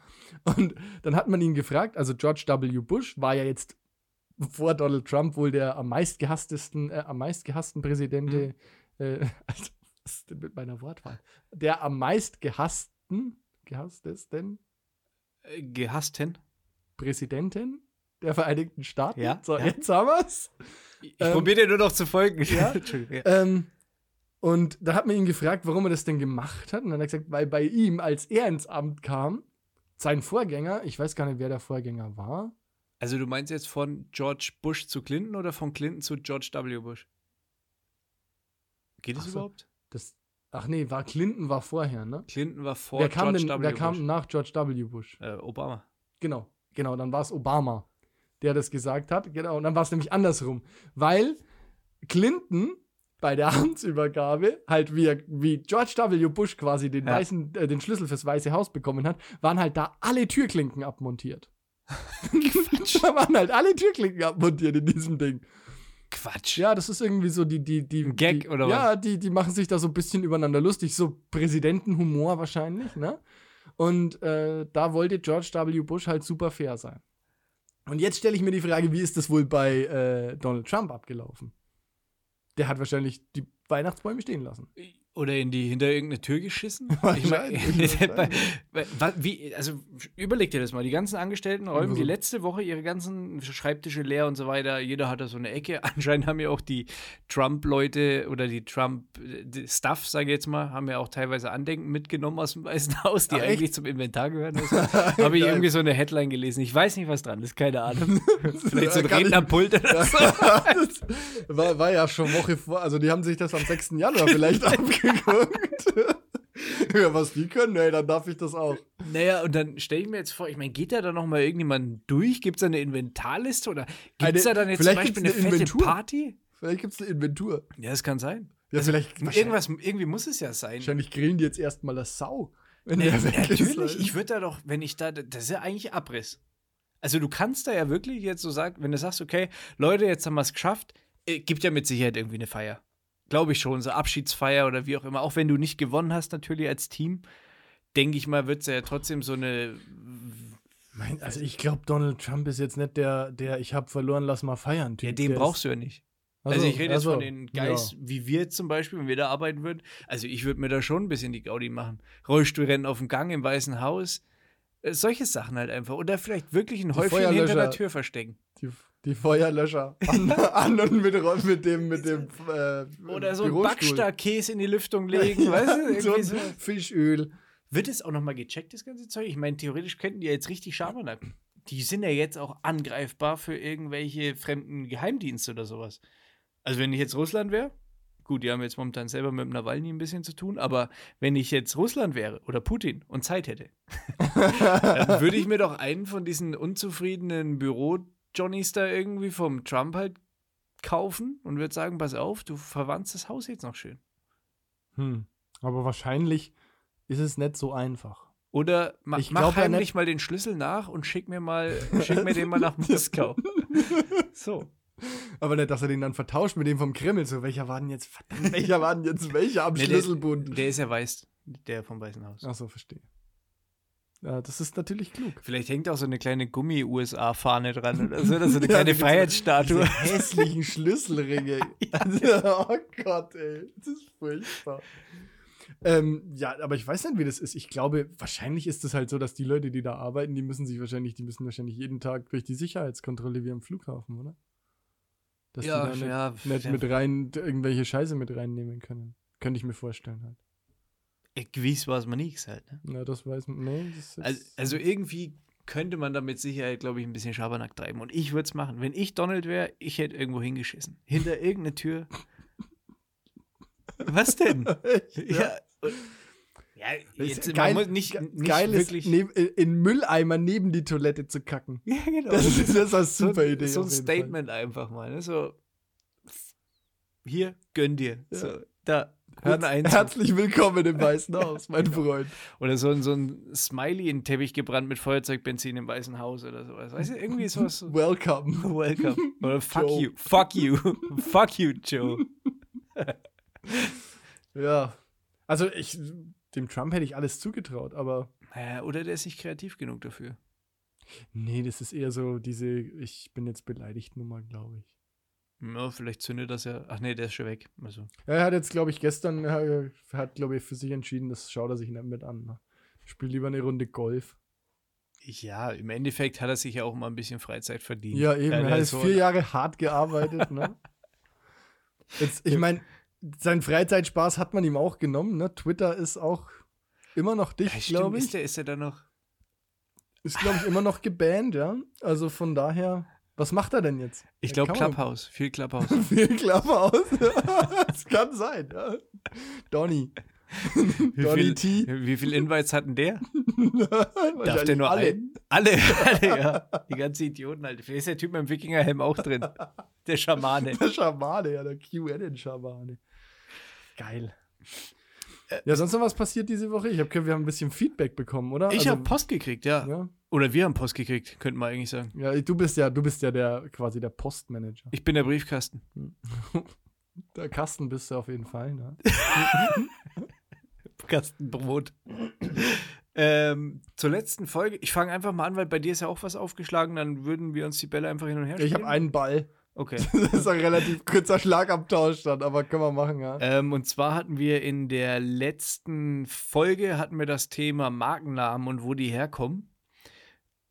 Speaker 1: Und dann hat man ihn gefragt, also George W. Bush war ja jetzt vor Donald Trump wohl der am meistgehasstesten, äh, am meistgehassten Präsidente,
Speaker 2: Mhm.
Speaker 1: äh, also, was ist denn mit meiner Wortwahl? Der am meistgehassten, gehasstesten
Speaker 2: Äh, Gehasst hin.
Speaker 1: Präsidentin der Vereinigten Staaten.
Speaker 2: Ja,
Speaker 1: So,
Speaker 2: ja.
Speaker 1: jetzt haben wir's.
Speaker 2: Ich
Speaker 1: Ähm,
Speaker 2: probiere dir nur noch zu folgen.
Speaker 1: ja.
Speaker 2: Entschuldigung, ja.
Speaker 1: Ähm, und da hat man ihn gefragt, warum er das denn gemacht hat. Und dann hat er gesagt, weil bei ihm, als er ins Amt kam, sein Vorgänger, ich weiß gar nicht, wer der Vorgänger war,
Speaker 2: Also du meinst jetzt von George Bush zu Clinton oder von Clinton zu George W. Bush? Geht
Speaker 1: Ach
Speaker 2: es
Speaker 1: so.
Speaker 2: überhaupt?
Speaker 1: das, ach nee, war Clinton war vorher, ne?
Speaker 2: Clinton war vor
Speaker 1: Wer kam,
Speaker 2: George
Speaker 1: denn,
Speaker 2: W.
Speaker 1: wer
Speaker 2: Bush.
Speaker 1: kam nach George W. Bush?
Speaker 2: äh, Obama.
Speaker 1: Genau, genau, dann war es Obama, der das gesagt hat. Genau, und dann war es nämlich andersrum, weil Clinton bei der Amtsübergabe, halt wie, er- wie George W. Bush quasi den,
Speaker 2: Ja.
Speaker 1: weißen, äh, den Schlüssel fürs Weiße Haus bekommen hat, waren halt da alle Türklinken abmontiert. da waren halt alle Türklinken abmontiert in diesem Ding.
Speaker 2: Quatsch.
Speaker 1: Ja, das ist irgendwie so die, die, die.
Speaker 2: Ein Gag
Speaker 1: die,
Speaker 2: oder was?
Speaker 1: Ja, die, die machen sich da so ein bisschen übereinander lustig, so Präsidentenhumor wahrscheinlich, ne? Und äh, da wollte George W. Bush halt super fair sein. Und jetzt stelle ich mir die Frage, wie ist das wohl bei äh, Donald Trump abgelaufen? Der hat wahrscheinlich die Weihnachtsbäume stehen lassen.
Speaker 2: Oder in die hinter irgendeine Tür geschissen? Ich mein,
Speaker 1: Wahrscheinlich,
Speaker 2: bei- bei- wa- wie, also überleg dir das mal. Die ganzen Angestellten räumen
Speaker 1: Also-
Speaker 2: die letzte Woche ihre ganzen Schreibtische leer und so weiter. Jeder hat da so eine Ecke. Anscheinend haben ja auch die Trump-Leute oder die Trump-Stuff, sage ich jetzt mal, haben ja auch teilweise Andenken mitgenommen aus dem Weißen Haus, die
Speaker 1: Ah, echt?
Speaker 2: eigentlich zum Inventar gehören. Also, Habe ich
Speaker 1: Geil.
Speaker 2: irgendwie so eine Headline gelesen. Ich weiß nicht, was dran ist. Keine Ahnung. Vielleicht so ein
Speaker 1: Kann ich-
Speaker 2: Rednerpult oder so.
Speaker 1: das war, war ja schon Woche vor, also die haben sich das am 6. Januar vielleicht abgeguckt. ja, was die können, ey, dann darf ich das auch.
Speaker 2: Naja, und dann stelle ich mir jetzt vor, ich meine, geht da dann nochmal irgendjemand durch? Gibt es da eine Inventarliste oder gibt es da
Speaker 1: Eine-
Speaker 2: dann jetzt zum
Speaker 1: vielleicht
Speaker 2: Beispiel eine
Speaker 1: gibt's eine
Speaker 2: fette
Speaker 1: Inventur.
Speaker 2: Party?
Speaker 1: Vielleicht gibt es eine Inventur.
Speaker 2: Ja, das kann sein.
Speaker 1: Ja, vielleicht wahrscheinlich,
Speaker 2: Irgendwas, irgendwie muss es ja sein.
Speaker 1: wahrscheinlich grillen die jetzt erstmal das Sau. Wenn
Speaker 2: Nee,
Speaker 1: der weg ist,
Speaker 2: natürlich,
Speaker 1: Alter.
Speaker 2: ich würde da doch, wenn ich da, das ist ja eigentlich Abriss. Also du kannst da ja wirklich jetzt so sagen, wenn du sagst, okay, Leute, jetzt haben wir es geschafft, äh, gibt ja mit Sicherheit irgendwie eine Feier. Glaube ich schon, so Abschiedsfeier oder wie auch immer. Auch wenn du nicht gewonnen hast, natürlich als Team, denke ich mal, wird es ja trotzdem so eine
Speaker 1: Mein, also ich glaube, Donald Trump ist jetzt nicht der, der ich habe verloren, lass mal feiern. Typ.
Speaker 2: Ja, den
Speaker 1: Der
Speaker 2: brauchst du ja nicht.
Speaker 1: ist-
Speaker 2: Also,
Speaker 1: Ach so,
Speaker 2: ich rede
Speaker 1: ach
Speaker 2: jetzt
Speaker 1: so.
Speaker 2: von den Guys, wie wir zum Beispiel, wenn wir da arbeiten würden. Also ich würde mir da schon ein bisschen die Gaudi machen. Rollstuhlrennen auf dem Gang im Weißen Haus. Äh, solche Sachen halt einfach. Oder vielleicht wirklich ein Häufchen hinter
Speaker 1: Feuerlöscher.
Speaker 2: der Tür verstecken.
Speaker 1: Die, die Feuerlöscher an, an und mit, Ro- mit dem, mit dem äh,
Speaker 2: Oder so einen
Speaker 1: Bürostuhl.
Speaker 2: Backstar-Käse in die Lüftung legen, weißt du?
Speaker 1: so
Speaker 2: Irgendwie
Speaker 1: ein
Speaker 2: so.
Speaker 1: Fischöl.
Speaker 2: Wird es auch nochmal gecheckt, das ganze Zeug? Ich meine, theoretisch könnten die ja jetzt richtig Schabernack. Die sind ja jetzt auch angreifbar für irgendwelche fremden Geheimdienste oder sowas. Also, wenn ich jetzt Russland wäre, gut, die haben jetzt momentan selber mit dem Nawalny ein bisschen zu tun, aber wenn ich jetzt Russland wäre oder Putin und Zeit hätte, dann würde ich mir doch einen von diesen unzufriedenen Büro-Johnnies da irgendwie vom Trump halt kaufen und würde sagen: Pass auf, du verwandst das Haus jetzt noch schön.
Speaker 1: Hm. Aber wahrscheinlich ist es nicht so einfach.
Speaker 2: Oder ma
Speaker 1: Ich
Speaker 2: mach
Speaker 1: glaub ja
Speaker 2: heimlich mal den Schlüssel nach und schick mir mal, schick mir den mal nach Moskau. So.
Speaker 1: Aber nicht, dass er den dann vertauscht mit dem vom Kreml. So, welcher war denn jetzt, verdammt, welcher war denn jetzt welcher am
Speaker 2: Nee, der-
Speaker 1: Schlüsselbund?
Speaker 2: Der ist ja weiß, der vom Weißen Haus.
Speaker 1: Achso, verstehe. Ja, das ist natürlich klug.
Speaker 2: Vielleicht hängt auch so eine kleine Gummi-USA-Fahne dran oder so, oder so eine
Speaker 1: Ja,
Speaker 2: kleine
Speaker 1: die- Diese
Speaker 2: Freiheitsstatue.
Speaker 1: hässlichen Schlüsselringe. oh Gott, ey. Das ist furchtbar. Ähm, ja, aber ich weiß nicht, wie das ist. Ich glaube, wahrscheinlich ist es halt so, dass die Leute, die da arbeiten, die müssen sich wahrscheinlich, die müssen wahrscheinlich jeden Tag durch die Sicherheitskontrolle wie am Flughafen, oder? Dass die da nicht, nicht
Speaker 2: ja.
Speaker 1: mit rein irgendwelche Scheiße mit reinnehmen können. Könnte ich mir vorstellen halt.
Speaker 2: Ich weiß, was man nichts halt. Ne?
Speaker 1: Na, das weiß man. Nee, das ist jetzt-
Speaker 2: Also, also irgendwie könnte man da mit Sicherheit, glaube ich, ein bisschen Schabernack treiben. Und ich würde es machen. Wenn ich Donald wäre, ich hätte irgendwo hingeschissen. Hinter irgendeine Tür. Was denn? Ja. Ja, jetzt,
Speaker 1: geil-
Speaker 2: man muss nicht,
Speaker 1: ge-
Speaker 2: nicht
Speaker 1: geil
Speaker 2: wirklich.
Speaker 1: ist, neb, in Mülleimer neben die Toilette zu kacken.
Speaker 2: ja, genau.
Speaker 1: Das ist, das ist eine
Speaker 2: so,
Speaker 1: super Idee.
Speaker 2: So ein
Speaker 1: auf jeden Fall.
Speaker 2: Statement einfach mal. Ne? So, hier, gönn dir.
Speaker 1: Ja.
Speaker 2: So, da,
Speaker 1: Herz-
Speaker 2: Hirn eins.
Speaker 1: Herzlich willkommen im Weißen Haus, mein Freund.
Speaker 2: Oder so, ein- so ein Smiley in den Teppich gebrannt mit Feuerzeugbenzin im Weißen Haus oder sowas. Weißt du, irgendwie sowas. So.
Speaker 1: Welcome.
Speaker 2: Welcome. Oder fuck
Speaker 1: Joe.
Speaker 2: you. Fuck you. fuck you, Joe.
Speaker 1: Ja. Also ich, dem Trump hätte ich alles zugetraut, aber
Speaker 2: Naja, oder der ist nicht kreativ genug dafür.
Speaker 1: nee, das ist eher so diese, ich bin jetzt beleidigt Nummer, glaube ich.
Speaker 2: Ja, vielleicht zündet das ja. Ach nee, der ist schon weg. Also.
Speaker 1: Er hat jetzt, glaube ich, gestern, äh, hat, glaube ich, für sich entschieden, das schaut er sich nicht mit an. Ne? Spielt lieber eine Runde Golf.
Speaker 2: Ja, im Endeffekt hat er sich ja auch mal ein bisschen Freizeit verdient.
Speaker 1: Ja, eben.
Speaker 2: der
Speaker 1: er hat
Speaker 2: ist
Speaker 1: jetzt
Speaker 2: so-
Speaker 1: vier Jahre hart gearbeitet, ne? Jetzt, ich meine, seinen Freizeitspaß hat man ihm auch genommen, ne? Twitter ist auch immer noch
Speaker 2: Ja,
Speaker 1: dicht,
Speaker 2: stimmt,
Speaker 1: glaube ich.
Speaker 2: Ist der, ist der da noch?
Speaker 1: Ist, glaube ich, immer noch gebannt, ja. Also von daher, was macht er denn jetzt?
Speaker 2: Ich
Speaker 1: Ja,
Speaker 2: glaube,
Speaker 1: kann man-
Speaker 2: Clubhouse. Viel Clubhouse.
Speaker 1: Viel Klammer aus. das kann sein, ja. Donny. Donny
Speaker 2: viel-
Speaker 1: T.
Speaker 2: Wie viele Invites hatten der? Darf der
Speaker 1: Wahrscheinlich
Speaker 2: nur
Speaker 1: alle.
Speaker 2: einen? Alle, alle, ja. Die ganzen Idioten halt. Vielleicht ist der Typ mit dem Wikingerhelm auch drin. Der Schamane.
Speaker 1: Der Schamane, ja, der QN-Schamane. Geil. Ja, sonst noch was passiert diese Woche? Ich hab, gehört, wir haben ein bisschen Feedback bekommen, oder?
Speaker 2: Ich
Speaker 1: Also,
Speaker 2: habe Post gekriegt, ja.
Speaker 1: ja.
Speaker 2: Oder wir haben Post gekriegt, könnten wir eigentlich sagen.
Speaker 1: Ja, du bist ja, du bist ja der quasi der Postmanager.
Speaker 2: Ich bin der Briefkasten.
Speaker 1: Der Kasten bist du auf jeden Fall, ne?
Speaker 2: Kastenbrot. ähm, zur letzten Folge. Ich fange einfach mal an, weil bei dir ist ja auch was aufgeschlagen. Dann würden wir uns die Bälle einfach hin und her
Speaker 1: Ich habe einen Ball.
Speaker 2: Okay.
Speaker 1: Das ist ein relativ kurzer Schlagabtausch dann, aber können wir machen, ja.
Speaker 2: ähm, und zwar hatten wir in der letzten Folge hatten wir das Thema Markennamen und wo die herkommen.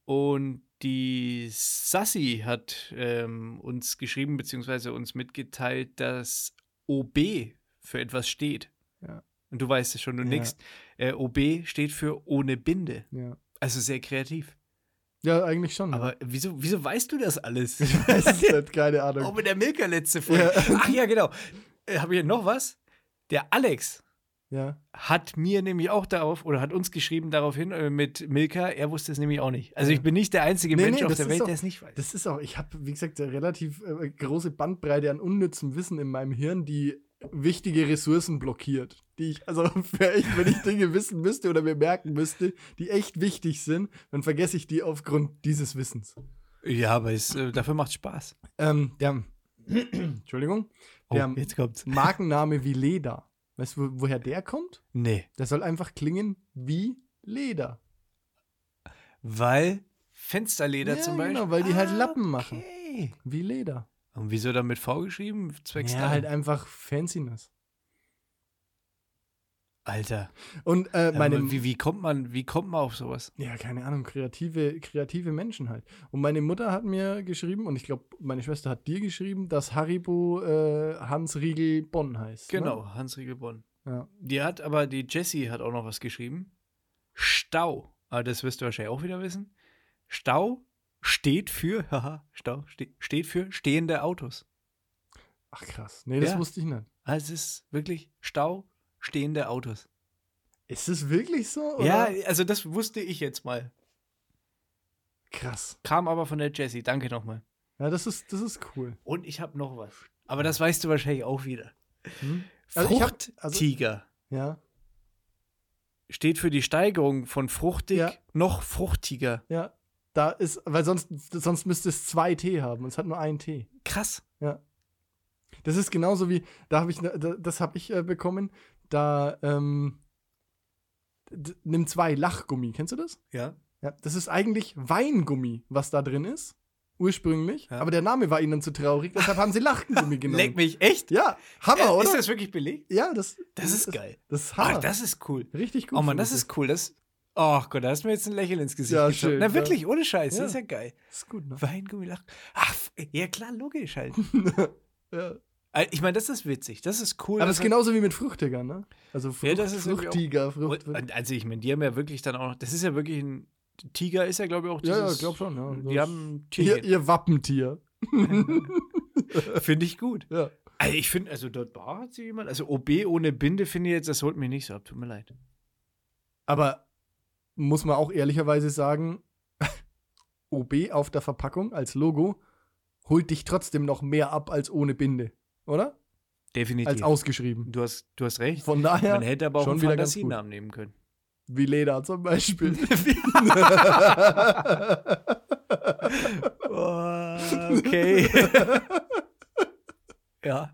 Speaker 2: Und die Sassi hat ähm, uns geschrieben beziehungsweise uns mitgeteilt, dass OB für etwas steht.
Speaker 1: Ja.
Speaker 2: Und du weißt es schon, du
Speaker 1: Ja.
Speaker 2: nix. Äh, OB steht für ohne Binde.
Speaker 1: Ja,
Speaker 2: Also sehr kreativ.
Speaker 1: ja eigentlich schon. ne?
Speaker 2: Aber wieso, wieso weißt du das alles?
Speaker 1: ich weiß es nicht, keine Ahnung.
Speaker 2: oh, mit der Milka letzte Folge. Ach ja, genau. Äh, Habe ich noch was? Der Alex
Speaker 1: Ja.
Speaker 2: hat mir nämlich auch darauf oder hat uns geschrieben daraufhin äh, mit Milka, er wusste es nämlich auch nicht. Also ich bin nicht der einzige
Speaker 1: Nee,
Speaker 2: Mensch
Speaker 1: nee,
Speaker 2: auf
Speaker 1: das
Speaker 2: der
Speaker 1: ist
Speaker 2: Welt,
Speaker 1: doch-
Speaker 2: der es nicht weiß.
Speaker 1: Das ist auch, ich habe, wie gesagt, eine relativ äh, große Bandbreite an unnützem Wissen in meinem Hirn, die wichtige Ressourcen blockiert. Die ich, also wär ich, wenn ich Dinge wissen müsste oder mir merken müsste, die echt wichtig sind, dann vergesse ich die aufgrund dieses Wissens.
Speaker 2: Ja, aber es, äh, dafür macht Spaß.
Speaker 1: Ähm, der, Entschuldigung,
Speaker 2: Oh,
Speaker 1: der
Speaker 2: jetzt kommt's.
Speaker 1: Markenname wie Leder. Weißt du, wo- woher der kommt?
Speaker 2: Nee,
Speaker 1: Der soll einfach klingen wie Leder.
Speaker 2: weil Fensterleder
Speaker 1: Ja,
Speaker 2: zum Beispiel. Ah,
Speaker 1: genau, weil die halt Lappen machen.
Speaker 2: Okay.
Speaker 1: Wie Leder.
Speaker 2: Und wieso dann mit V geschrieben? Zwecks
Speaker 1: ja,
Speaker 2: Lappen?
Speaker 1: halt einfach Fanciness.
Speaker 2: Alter.
Speaker 1: Und äh, meine,
Speaker 2: Aber wie, wie kommt man, wie kommt man auf sowas?
Speaker 1: Ja, keine Ahnung, kreative, kreative Menschen halt. Und meine Mutter hat mir geschrieben, und ich glaube, meine Schwester hat dir geschrieben, dass Haribo äh, Hans Riegel Bonn heißt.
Speaker 2: Genau, Hans Riegel Bonn.
Speaker 1: Ne? Ja.
Speaker 2: Die hat aber, die Jessie hat auch noch was geschrieben. Stau, aber das wirst du wahrscheinlich auch wieder wissen. Stau steht für, haha, Stau ste steht für stehende Autos.
Speaker 1: Ach krass. Nee, das
Speaker 2: Ja.
Speaker 1: wusste ich nicht.
Speaker 2: Also es ist wirklich Stau, stehende Autos.
Speaker 1: Ist das wirklich so?
Speaker 2: Ja,
Speaker 1: Oder?
Speaker 2: also das wusste ich jetzt mal.
Speaker 1: Krass.
Speaker 2: Kam aber von der Jessie, danke nochmal.
Speaker 1: Ja, das ist, das ist cool.
Speaker 2: Und ich habe noch was. Aber das weißt du wahrscheinlich auch wieder.
Speaker 1: Hm? Also ich hab- also-
Speaker 2: Fruchttiger
Speaker 1: Ja,
Speaker 2: steht für die Steigerung von fruchtig
Speaker 1: Ja.
Speaker 2: noch fruchtiger.
Speaker 1: ja. Da ist, weil sonst, sonst müsste es zwei T haben und es hat nur einen T.
Speaker 2: Krass.
Speaker 1: Das ist genauso wie, da habe ich, ne- da- das habe ich äh, bekommen, da, ähm, d- nimm zwei Lachgummi, kennst du das?
Speaker 2: Ja.
Speaker 1: Ja, das ist eigentlich Weingummi, was da drin ist, ursprünglich.
Speaker 2: Ja.
Speaker 1: Aber der Name war ihnen zu traurig, deshalb haben sie Lachgummi genommen.
Speaker 2: Leck mich echt.
Speaker 1: Ja, Hammer,
Speaker 2: Äh,
Speaker 1: oder?
Speaker 2: Ist das wirklich belegt?
Speaker 1: ja, das,
Speaker 2: Das ist geil.
Speaker 1: Das Mhm. ist Hammer.
Speaker 2: Ah, das ist cool.
Speaker 1: Richtig gut.
Speaker 2: Oh Mann,
Speaker 1: finde
Speaker 2: das
Speaker 1: ich
Speaker 2: ist cool. Das. Ach Gott, da hast du mir jetzt ein Lächeln ins Gesicht
Speaker 1: Ja,
Speaker 2: geschoben.
Speaker 1: schön,
Speaker 2: Na
Speaker 1: ja.
Speaker 2: wirklich, ohne Scheiß.
Speaker 1: Ja.
Speaker 2: Das ist ja geil.
Speaker 1: das ist gut, ne?
Speaker 2: Weingummi lacht. Ach, f- ja klar, logisch halt.
Speaker 1: Ja.
Speaker 2: Äh, ich meine, das ist witzig. Das ist cool.
Speaker 1: Aber
Speaker 2: dass
Speaker 1: es ist genauso wie mit Fruchtiger, ne? Also Frucht,
Speaker 2: Ja, das ist irgendwie auch-
Speaker 1: Fruchtiger,
Speaker 2: man-
Speaker 1: Frucht.
Speaker 2: Und, also ich meine, die haben ja wirklich dann auch noch. Das ist ja wirklich ein. Tiger ist ja, glaube ich, auch
Speaker 1: ja, ja,
Speaker 2: dieses.
Speaker 1: glaub schon, ja.
Speaker 2: Die haben
Speaker 1: ihr,
Speaker 2: Tiger.
Speaker 1: ihr Wappentier.
Speaker 2: Finde ich gut.
Speaker 1: Ja.
Speaker 2: Also ich finde, also dort war hat sie jemand. Also OB ohne Binde finde ich jetzt, das holt mich nicht so ab. Tut mir leid.
Speaker 1: Aber muss man auch ehrlicherweise sagen, OB auf der Verpackung als Logo holt dich trotzdem noch mehr ab als ohne Binde, oder?
Speaker 2: Definitiv.
Speaker 1: Als ausgeschrieben.
Speaker 2: du, hast, du hast recht.
Speaker 1: Von daher,
Speaker 2: Man hätte aber auch
Speaker 1: schon
Speaker 2: einen
Speaker 1: wieder ganz gut.
Speaker 2: Fantasienamen nehmen können.
Speaker 1: wie Leder zum Beispiel.
Speaker 2: Oh, okay. ja.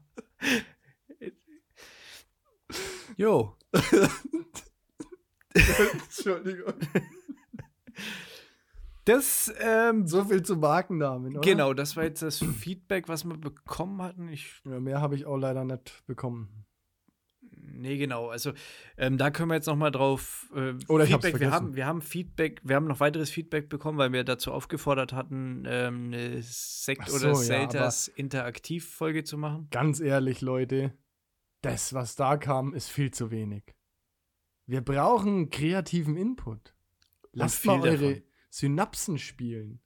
Speaker 2: Jo.
Speaker 1: Entschuldigung.
Speaker 2: Das, ähm,
Speaker 1: So viel zu Markennamen, oder?
Speaker 2: genau, das war jetzt das Feedback, was wir bekommen hatten. Ich,
Speaker 1: Ja, mehr habe ich auch leider nicht bekommen.
Speaker 2: nee, genau. Also, ähm, da können wir jetzt nochmal drauf. Äh,
Speaker 1: Oder ich hab's
Speaker 2: Feedback. wir,
Speaker 1: vergessen.
Speaker 2: haben, wir haben Feedback, wir haben noch weiteres Feedback bekommen, weil wir dazu aufgefordert hatten, ähm, eine Sekt-
Speaker 1: Ach so,
Speaker 2: oder
Speaker 1: ja,
Speaker 2: Selters Interaktiv-Folge zu machen.
Speaker 1: Ganz ehrlich, Leute, das, was da kam, ist viel zu wenig. Wir brauchen kreativen Input. Lasst
Speaker 2: viel
Speaker 1: mal eure
Speaker 2: davon.
Speaker 1: Synapsen spielen.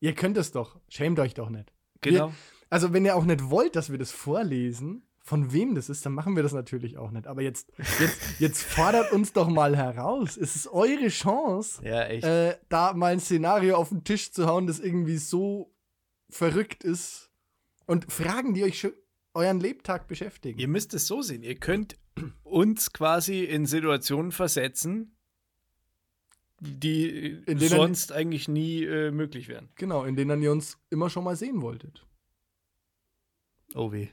Speaker 1: Ihr könnt es doch. Schämt euch doch nicht. Wir-
Speaker 2: Genau.
Speaker 1: Also, wenn ihr auch nicht wollt, dass wir das vorlesen, von wem das ist, dann machen wir das natürlich auch nicht. Aber jetzt, jetzt, jetzt fordert uns doch mal heraus. Es ist eure Chance,
Speaker 2: ja, echt.
Speaker 1: äh, da mal ein Szenario auf den Tisch zu hauen, das irgendwie so verrückt ist. Und Fragen, die euch schon euren Lebtag beschäftigen.
Speaker 2: Ihr müsst es so sehen. Ihr könnt uns quasi in Situationen versetzen, die
Speaker 1: In denen-
Speaker 2: sonst eigentlich nie äh, möglich wären.
Speaker 1: Genau, in denen ihr uns immer schon mal sehen wolltet.
Speaker 2: Oh weh.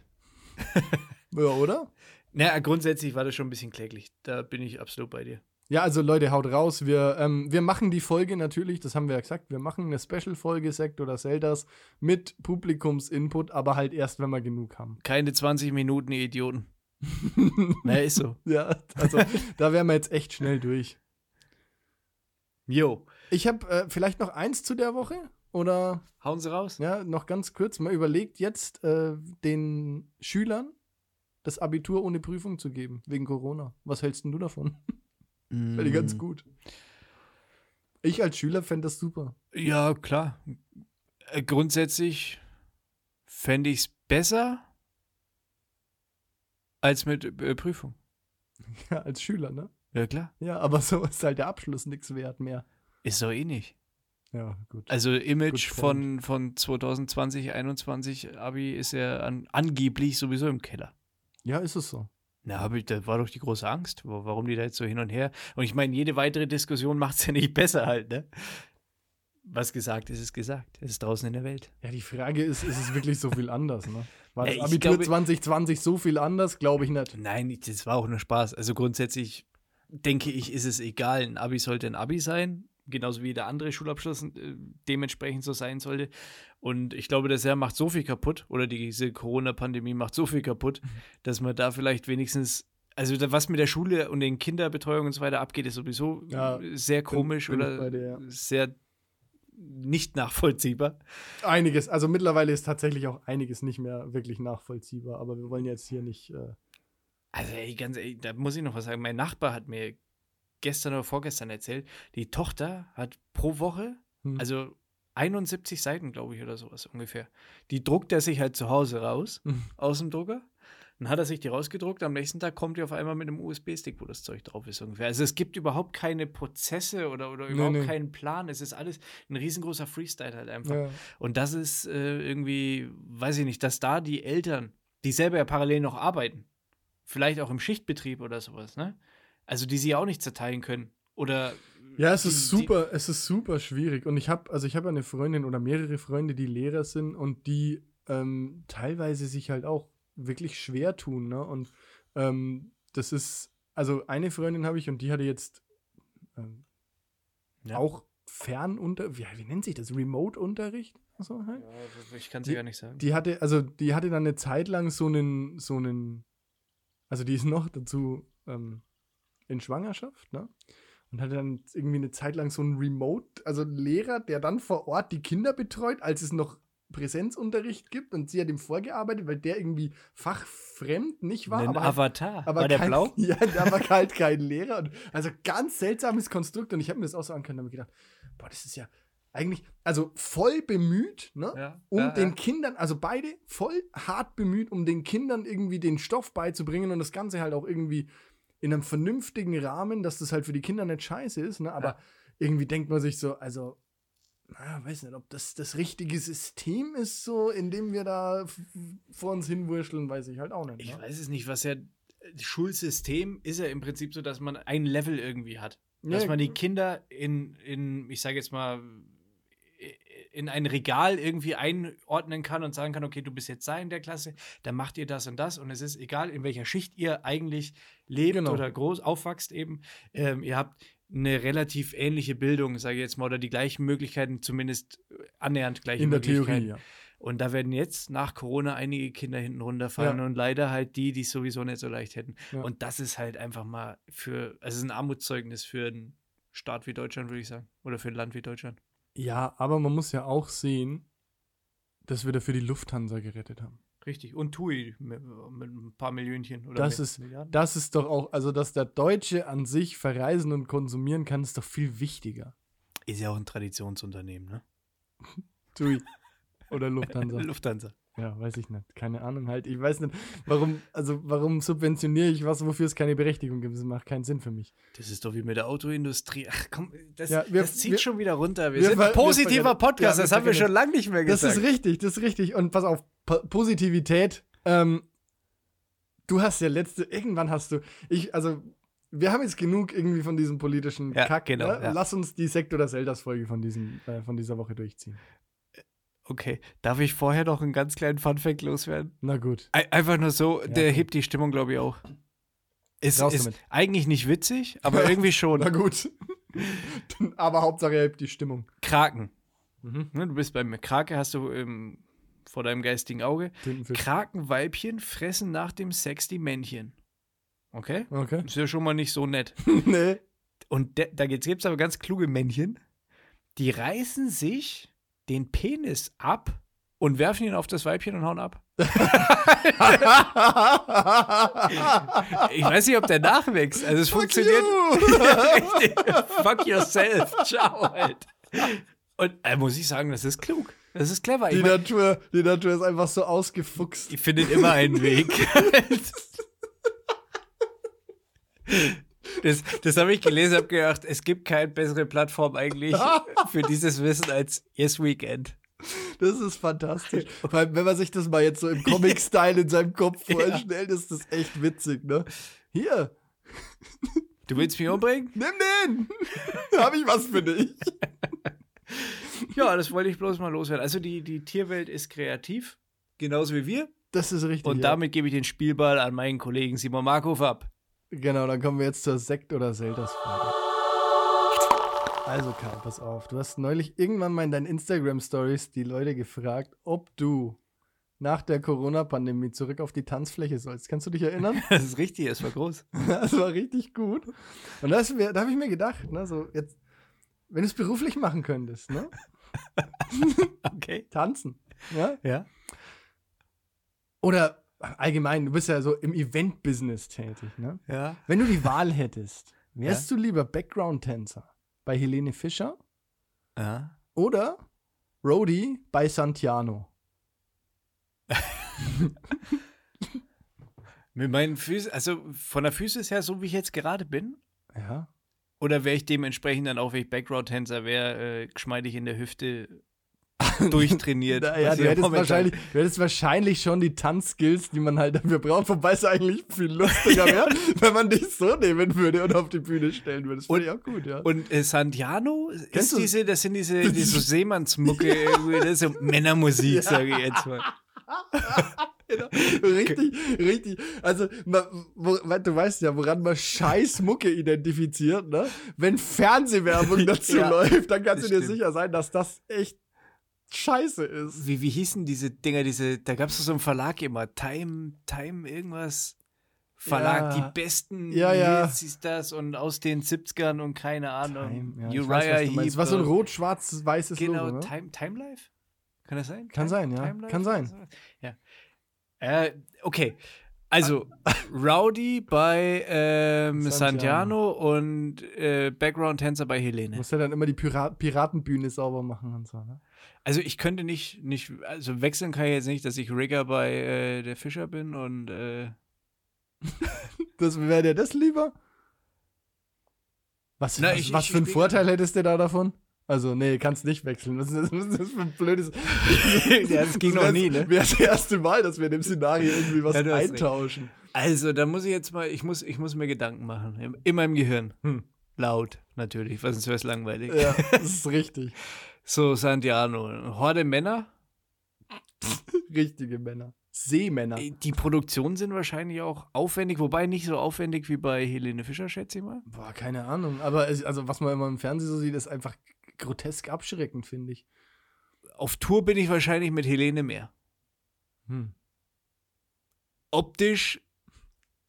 Speaker 1: Ja, oder?
Speaker 2: Naja, grundsätzlich war das schon ein bisschen kläglich. Da bin ich absolut bei dir.
Speaker 1: Ja, also Leute, haut raus. Wir, ähm, wir machen die Folge natürlich, das haben wir ja gesagt, wir machen eine Special-Folge Sekt oder Zeldas mit Publikumsinput, aber halt erst, wenn wir genug haben.
Speaker 2: Keine 20 Minuten, ihr Idioten. Na, ist so.
Speaker 1: Ja, also da wären wir jetzt echt schnell durch.
Speaker 2: Jo,
Speaker 1: Ich habe äh, vielleicht noch eins zu der Woche oder
Speaker 2: hauen sie raus.
Speaker 1: ja, noch ganz kurz. Man überlegt jetzt äh, den Schülern das Abitur ohne Prüfung zu geben, wegen Corona. Was hältst denn du davon?
Speaker 2: Mm.
Speaker 1: Fände ich ganz gut. Ich als Schüler fände das super.
Speaker 2: Ja, klar. Äh, Grundsätzlich fände ich es besser als mit äh, Prüfung.
Speaker 1: Ja, als Schüler, ne?
Speaker 2: Ja, klar.
Speaker 1: Ja, aber so ist halt der Abschluss nichts wert mehr.
Speaker 2: Ist doch eh nicht.
Speaker 1: Ja, gut.
Speaker 2: Also Image
Speaker 1: Good
Speaker 2: von, von 2020, 21 Abi ist ja an, angeblich sowieso im Keller.
Speaker 1: Ja, ist es so.
Speaker 2: Na, hab ich, da war doch die große Angst, wa- warum die da jetzt so hin und her. Und ich meine, jede weitere Diskussion macht es ja nicht besser halt, ne? Was gesagt ist, ist gesagt. Es ist draußen in der Welt.
Speaker 1: Ja, die Frage ist, ist es wirklich so viel anders, ne? War das
Speaker 2: Ey, ich
Speaker 1: Abitur
Speaker 2: glaube-
Speaker 1: 2020 so viel anders? Glaube ich nicht.
Speaker 2: Nein, ich- das war auch nur Spaß. Also grundsätzlich denke ich, ist es egal. Ein Abi sollte ein Abi sein, genauso wie der andere Schulabschluss äh, dementsprechend so sein sollte. Und ich glaube, das Jahr macht so viel kaputt oder diese Corona-Pandemie macht so viel kaputt,
Speaker 1: Mhm.
Speaker 2: dass man da vielleicht wenigstens. Also da- was mit der Schule und den Kinderbetreuung und so weiter abgeht, ist sowieso
Speaker 1: Ja,
Speaker 2: äh, sehr komisch
Speaker 1: bin ich
Speaker 2: oder
Speaker 1: bei dir, ja.
Speaker 2: sehr nicht nachvollziehbar.
Speaker 1: Einiges, also mittlerweile ist tatsächlich auch einiges nicht mehr wirklich nachvollziehbar, aber wir wollen jetzt hier nicht. Äh,
Speaker 2: Also, ey, ganz ehrlich, da muss ich noch was sagen. Mein Nachbar hat mir gestern oder vorgestern erzählt, die Tochter hat pro Woche,
Speaker 1: Hm.
Speaker 2: also 71 Seiten, glaube ich, oder sowas ungefähr. Die druckt er sich halt zu Hause raus,
Speaker 1: Hm.
Speaker 2: aus dem Drucker. Dann hat er sich die rausgedruckt. Am nächsten Tag kommt die auf einmal mit einem USB-Stick, wo das Zeug drauf ist ungefähr. Also, es gibt überhaupt keine Prozesse oder, oder
Speaker 1: Nee,
Speaker 2: überhaupt
Speaker 1: nee.
Speaker 2: keinen Plan. Es ist alles ein riesengroßer Freestyle halt einfach.
Speaker 1: ja.
Speaker 2: Und das ist äh, irgendwie, weiß ich nicht, dass da die Eltern, die selber ja parallel noch arbeiten, vielleicht auch im Schichtbetrieb oder sowas, ne? Also die sie ja auch nicht zerteilen können. Oder
Speaker 1: ja, es
Speaker 2: die-
Speaker 1: ist
Speaker 2: die-
Speaker 1: super, es ist super schwierig. Und ich habe, also ich habe eine Freundin oder mehrere Freunde, die Lehrer sind und die ähm, teilweise sich halt auch wirklich schwer tun, ne? Und ähm, das ist, also eine Freundin habe ich und die hatte jetzt ähm,
Speaker 2: Ja.
Speaker 1: auch Fernunter, wie, wie nennt sich das? Remote-Unterricht? So halt?
Speaker 2: ich kann sie
Speaker 1: Die-
Speaker 2: gar nicht sagen.
Speaker 1: die hatte, also die hatte dann eine Zeit lang so einen, so einen, also die ist noch dazu ähm, in Schwangerschaft, ne? Und hatte dann irgendwie eine Zeit lang so einen Remote, also einen Lehrer, der dann vor Ort die Kinder betreut, als es noch Präsenzunterricht gibt und sie hat ihm vorgearbeitet, weil der irgendwie fachfremd nicht war.
Speaker 2: Ein
Speaker 1: aber halt-
Speaker 2: Avatar.
Speaker 1: aber
Speaker 2: War der
Speaker 1: kein,
Speaker 2: blau?
Speaker 1: Ja, der war halt kein Lehrer. Und, also ganz seltsames Konstrukt und ich habe mir das auch so angehört und habe gedacht, boah, das ist ja eigentlich, also voll bemüht, ne?
Speaker 2: Ja,
Speaker 1: um
Speaker 2: ja,
Speaker 1: den
Speaker 2: ja.
Speaker 1: Kindern, also beide voll hart bemüht, um den Kindern irgendwie den Stoff beizubringen und das Ganze halt auch irgendwie in einem vernünftigen Rahmen, dass das halt für die Kinder nicht scheiße ist, ne? aber
Speaker 2: Ja.
Speaker 1: irgendwie denkt man sich so, also, na, weiß nicht, ob das das richtige System ist, so, in dem wir da f- vor uns hinwurscheln, weiß ich halt auch nicht.
Speaker 2: Ich
Speaker 1: Ne?
Speaker 2: weiß es nicht, was ja. das Schulsystem ist ja im Prinzip so, dass man ein Level irgendwie hat. Dass
Speaker 1: Ja,
Speaker 2: man die Kinder in, in ich sage jetzt mal, in ein Regal irgendwie einordnen kann und sagen kann, okay, du bist jetzt da in der Klasse, dann macht ihr das und das und es ist egal, in welcher Schicht ihr eigentlich lebt
Speaker 1: Genau.
Speaker 2: oder groß aufwachst eben. Ähm, ihr habt eine relativ ähnliche Bildung, sage ich jetzt mal, oder die gleichen Möglichkeiten, zumindest annähernd gleiche
Speaker 1: in der
Speaker 2: Möglichkeiten.
Speaker 1: Theorie, ja.
Speaker 2: Und da werden jetzt nach Corona einige Kinder hinten runterfallen
Speaker 1: Ja.
Speaker 2: und leider halt die, die es sowieso nicht so leicht hätten.
Speaker 1: Ja.
Speaker 2: Und das ist halt einfach mal für, also es ist ein Armutszeugnis für einen Staat wie Deutschland, würde ich sagen. Oder für ein Land wie Deutschland.
Speaker 1: Ja, aber man muss ja auch sehen, dass wir dafür die Lufthansa gerettet haben.
Speaker 2: Richtig. Und TUI mit, mit ein paar Millionchen oder
Speaker 1: Das
Speaker 2: Mi-
Speaker 1: ist-
Speaker 2: Milliarden.
Speaker 1: Das ist doch auch, also dass der Deutsche an sich verreisen und konsumieren kann, ist doch viel wichtiger.
Speaker 2: ist ja auch ein Traditionsunternehmen, ne?
Speaker 1: Tui. Oder Lufthansa.
Speaker 2: Lufthansa.
Speaker 1: ja, weiß ich nicht. Keine Ahnung halt. Ich weiß nicht, warum, also warum subventioniere ich was, wofür es keine Berechtigung gibt. Das macht keinen Sinn für mich.
Speaker 2: Das ist doch wie mit der Autoindustrie. Ach komm, das,
Speaker 1: Ja, wir-
Speaker 2: das zieht
Speaker 1: wir-
Speaker 2: schon wieder runter. Wir,
Speaker 1: wir
Speaker 2: sind
Speaker 1: ver-
Speaker 2: ein
Speaker 1: wir
Speaker 2: positiver
Speaker 1: vergessen-
Speaker 2: Podcast.
Speaker 1: ja, wir
Speaker 2: das haben wir
Speaker 1: vergessen-
Speaker 2: schon lange nicht mehr
Speaker 1: Das
Speaker 2: gesagt.
Speaker 1: ist richtig, das ist richtig. Und pass auf, Po- Positivität. Ähm, du hast ja letzte, irgendwann hast du, ich, also, wir haben jetzt genug irgendwie von diesem politischen
Speaker 2: Ja,
Speaker 1: Kack.
Speaker 2: genau,
Speaker 1: ne?
Speaker 2: ja.
Speaker 1: Lass uns die Sekt- oder Zeldas-Folge von, diesem, äh, von dieser Woche durchziehen.
Speaker 2: Okay, darf ich vorher noch einen ganz kleinen Funfact loswerden?
Speaker 1: Na gut.
Speaker 2: Ei- einfach nur so, der
Speaker 1: komm.
Speaker 2: hebt die Stimmung, glaube ich, auch. Es
Speaker 1: Raus
Speaker 2: ist
Speaker 1: damit.
Speaker 2: eigentlich nicht witzig, aber irgendwie
Speaker 1: Na
Speaker 2: schon.
Speaker 1: gut. Aber Hauptsache, er hebt die Stimmung.
Speaker 2: Kraken.
Speaker 1: Mhm.
Speaker 2: Ne, Du bist beim Krake, hast du ähm, vor deinem geistigen Auge.
Speaker 1: Tintenfisch.
Speaker 2: Krakenweibchen fressen nach dem Sex die Männchen. Okay?
Speaker 1: Okay.
Speaker 2: Ist ja schon mal nicht so nett.
Speaker 1: nee.
Speaker 2: Und de- da gibt es aber ganz kluge Männchen, die reißen sich den Penis ab und werfen ihn auf das Weibchen und hauen ab. Ich weiß nicht, ob der nachwächst. Also es funktioniert richtig. Fuck yourself. Ciao, halt. Und äh, muss ich sagen, das ist klug. Das ist clever. Ich,
Speaker 1: Die
Speaker 2: mein,
Speaker 1: Natur, die Natur ist einfach so ausgefuchst.
Speaker 2: ich findet immer einen Weg. Das, das habe ich gelesen, habe gedacht, es gibt keine bessere Plattform eigentlich für dieses Wissen als Yes Weekend.
Speaker 1: Das ist fantastisch. Vor allem, wenn man sich das mal jetzt so im Comic-Style in seinem Kopf vorstellt, ist das echt witzig, ne? Hier,
Speaker 2: Du willst mich umbringen?
Speaker 1: nimm den! da hab ich was für dich.
Speaker 2: Ja, das wollte ich bloß mal loswerden. Also die, die Tierwelt ist kreativ, genauso wie wir.
Speaker 1: Das ist richtig.
Speaker 2: Und
Speaker 1: ja.
Speaker 2: damit gebe ich den Spielball an meinen Kollegen Simon Markov ab.
Speaker 1: Genau, dann kommen wir jetzt zur Sekt- oder Zeldas-Frage. Also, Karl, pass auf. Du hast neulich irgendwann mal in deinen Instagram-Stories die Leute gefragt, ob du nach der Corona-Pandemie zurück auf die Tanzfläche sollst. Kannst du dich erinnern?
Speaker 2: Das ist richtig, es war groß.
Speaker 1: Das war richtig gut. Und das wär, da habe ich mir gedacht, ne, so jetzt, wenn du es beruflich machen könntest, ne?
Speaker 2: Okay.
Speaker 1: Tanzen. Ja?
Speaker 2: Ja.
Speaker 1: Oder allgemein, du bist ja so im Event-Business tätig, ne?
Speaker 2: Ja.
Speaker 1: Wenn du die Wahl hättest, wärst du lieber Background-Tänzer bei Helene Fischer
Speaker 2: ja.
Speaker 1: oder Roadie bei Santiano?
Speaker 2: Mit meinen Füßen, also von der Füße her, so wie ich jetzt gerade bin,
Speaker 1: Ja.
Speaker 2: oder wäre ich dementsprechend dann auch, wenn ich Background-Tänzer wäre, äh, geschmeidig in der Hüfte durchtrainiert.
Speaker 1: Naja,
Speaker 2: was
Speaker 1: du
Speaker 2: ich
Speaker 1: hättest,
Speaker 2: momentan-
Speaker 1: wahrscheinlich, du hättest wahrscheinlich schon die Tanzskills, die man halt dafür braucht, wobei es eigentlich viel lustiger wäre, wenn man dich so nehmen würde und auf die Bühne stellen würde. Das finde ich auch gut, ja.
Speaker 2: Und äh, Santiano,
Speaker 1: Kennst
Speaker 2: ist
Speaker 1: du-
Speaker 2: diese, das sind diese, diese Seemannsmucke, irgendwie, das ist so Männermusik, sage ich jetzt mal.
Speaker 1: Genau. Richtig, richtig. Also, ma- wo, wa- du weißt ja, woran man scheiß Mucke identifiziert, ne? Wenn Fernsehwerbung dazu
Speaker 2: Ja,
Speaker 1: läuft, dann kannst du
Speaker 2: das
Speaker 1: dir
Speaker 2: stimmt.
Speaker 1: sicher sein, dass das echt scheiße ist.
Speaker 2: Wie, wie hießen diese Dinger, diese, da gab es so einen Verlag immer, Time, Time irgendwas. Verlag,
Speaker 1: Ja.
Speaker 2: die besten
Speaker 1: Ja, ja.
Speaker 2: Hits ist das und aus den 70ern und keine Ahnung.
Speaker 1: Ähm, Ja, ich weiß,
Speaker 2: ähm,
Speaker 1: was
Speaker 2: Uriah
Speaker 1: du meinst.
Speaker 2: Heep.
Speaker 1: Was so ein
Speaker 2: äh,
Speaker 1: rot-schwarz-weißes
Speaker 2: Genau,
Speaker 1: Logo, ne?
Speaker 2: Time, Time Life? Kann das sein?
Speaker 1: Kann
Speaker 2: Time-
Speaker 1: sein, ja.
Speaker 2: Time Life?
Speaker 1: Kann sein.
Speaker 2: Ja. Äh, okay. Also, Rowdy bei ähm,
Speaker 1: Santiano.
Speaker 2: Santiano und äh, Background-Tänzer bei Helene.
Speaker 1: Muss ja dann immer die Pira Piratenbühne sauber machen und so, ne?
Speaker 2: Also ich könnte nicht, nicht, also wechseln kann ich jetzt nicht, dass ich Rigger bei äh, der Fischer bin und äh,
Speaker 1: Das wäre dir das lieber? Was,
Speaker 2: Na,
Speaker 1: was,
Speaker 2: ich-
Speaker 1: was
Speaker 2: ich-
Speaker 1: für einen
Speaker 2: ich-
Speaker 1: Vorteil hättest du da davon? Also, nee, kannst nicht wechseln. Was ist das, was ist das für ein blödes.
Speaker 2: Ja, das ging noch
Speaker 1: wär's-
Speaker 2: nie, ne?
Speaker 1: Wäre das erste Mal, dass wir in dem Szenario irgendwie was
Speaker 2: Ja, du hast recht.
Speaker 1: eintauschen.
Speaker 2: Also, da muss ich jetzt mal, ich muss, ich muss mir Gedanken machen. Im- In meinem Gehirn.
Speaker 1: Hm.
Speaker 2: Laut, natürlich, weil sonst wäre es langweilig.
Speaker 1: Ja, das ist richtig.
Speaker 2: So, Santiano, Horde Männer.
Speaker 1: Richtige Männer. Seemänner.
Speaker 2: äh, Die Produktionen sind wahrscheinlich auch aufwendig, wobei nicht so aufwendig wie bei Helene Fischer, schätze ich mal.
Speaker 1: Boah, keine Ahnung. Aber es, also, was man immer im Fernsehen so sieht, ist einfach grotesk abschreckend, finde ich.
Speaker 2: Auf Tour bin ich wahrscheinlich mit Helene mehr.
Speaker 1: Hm.
Speaker 2: Optisch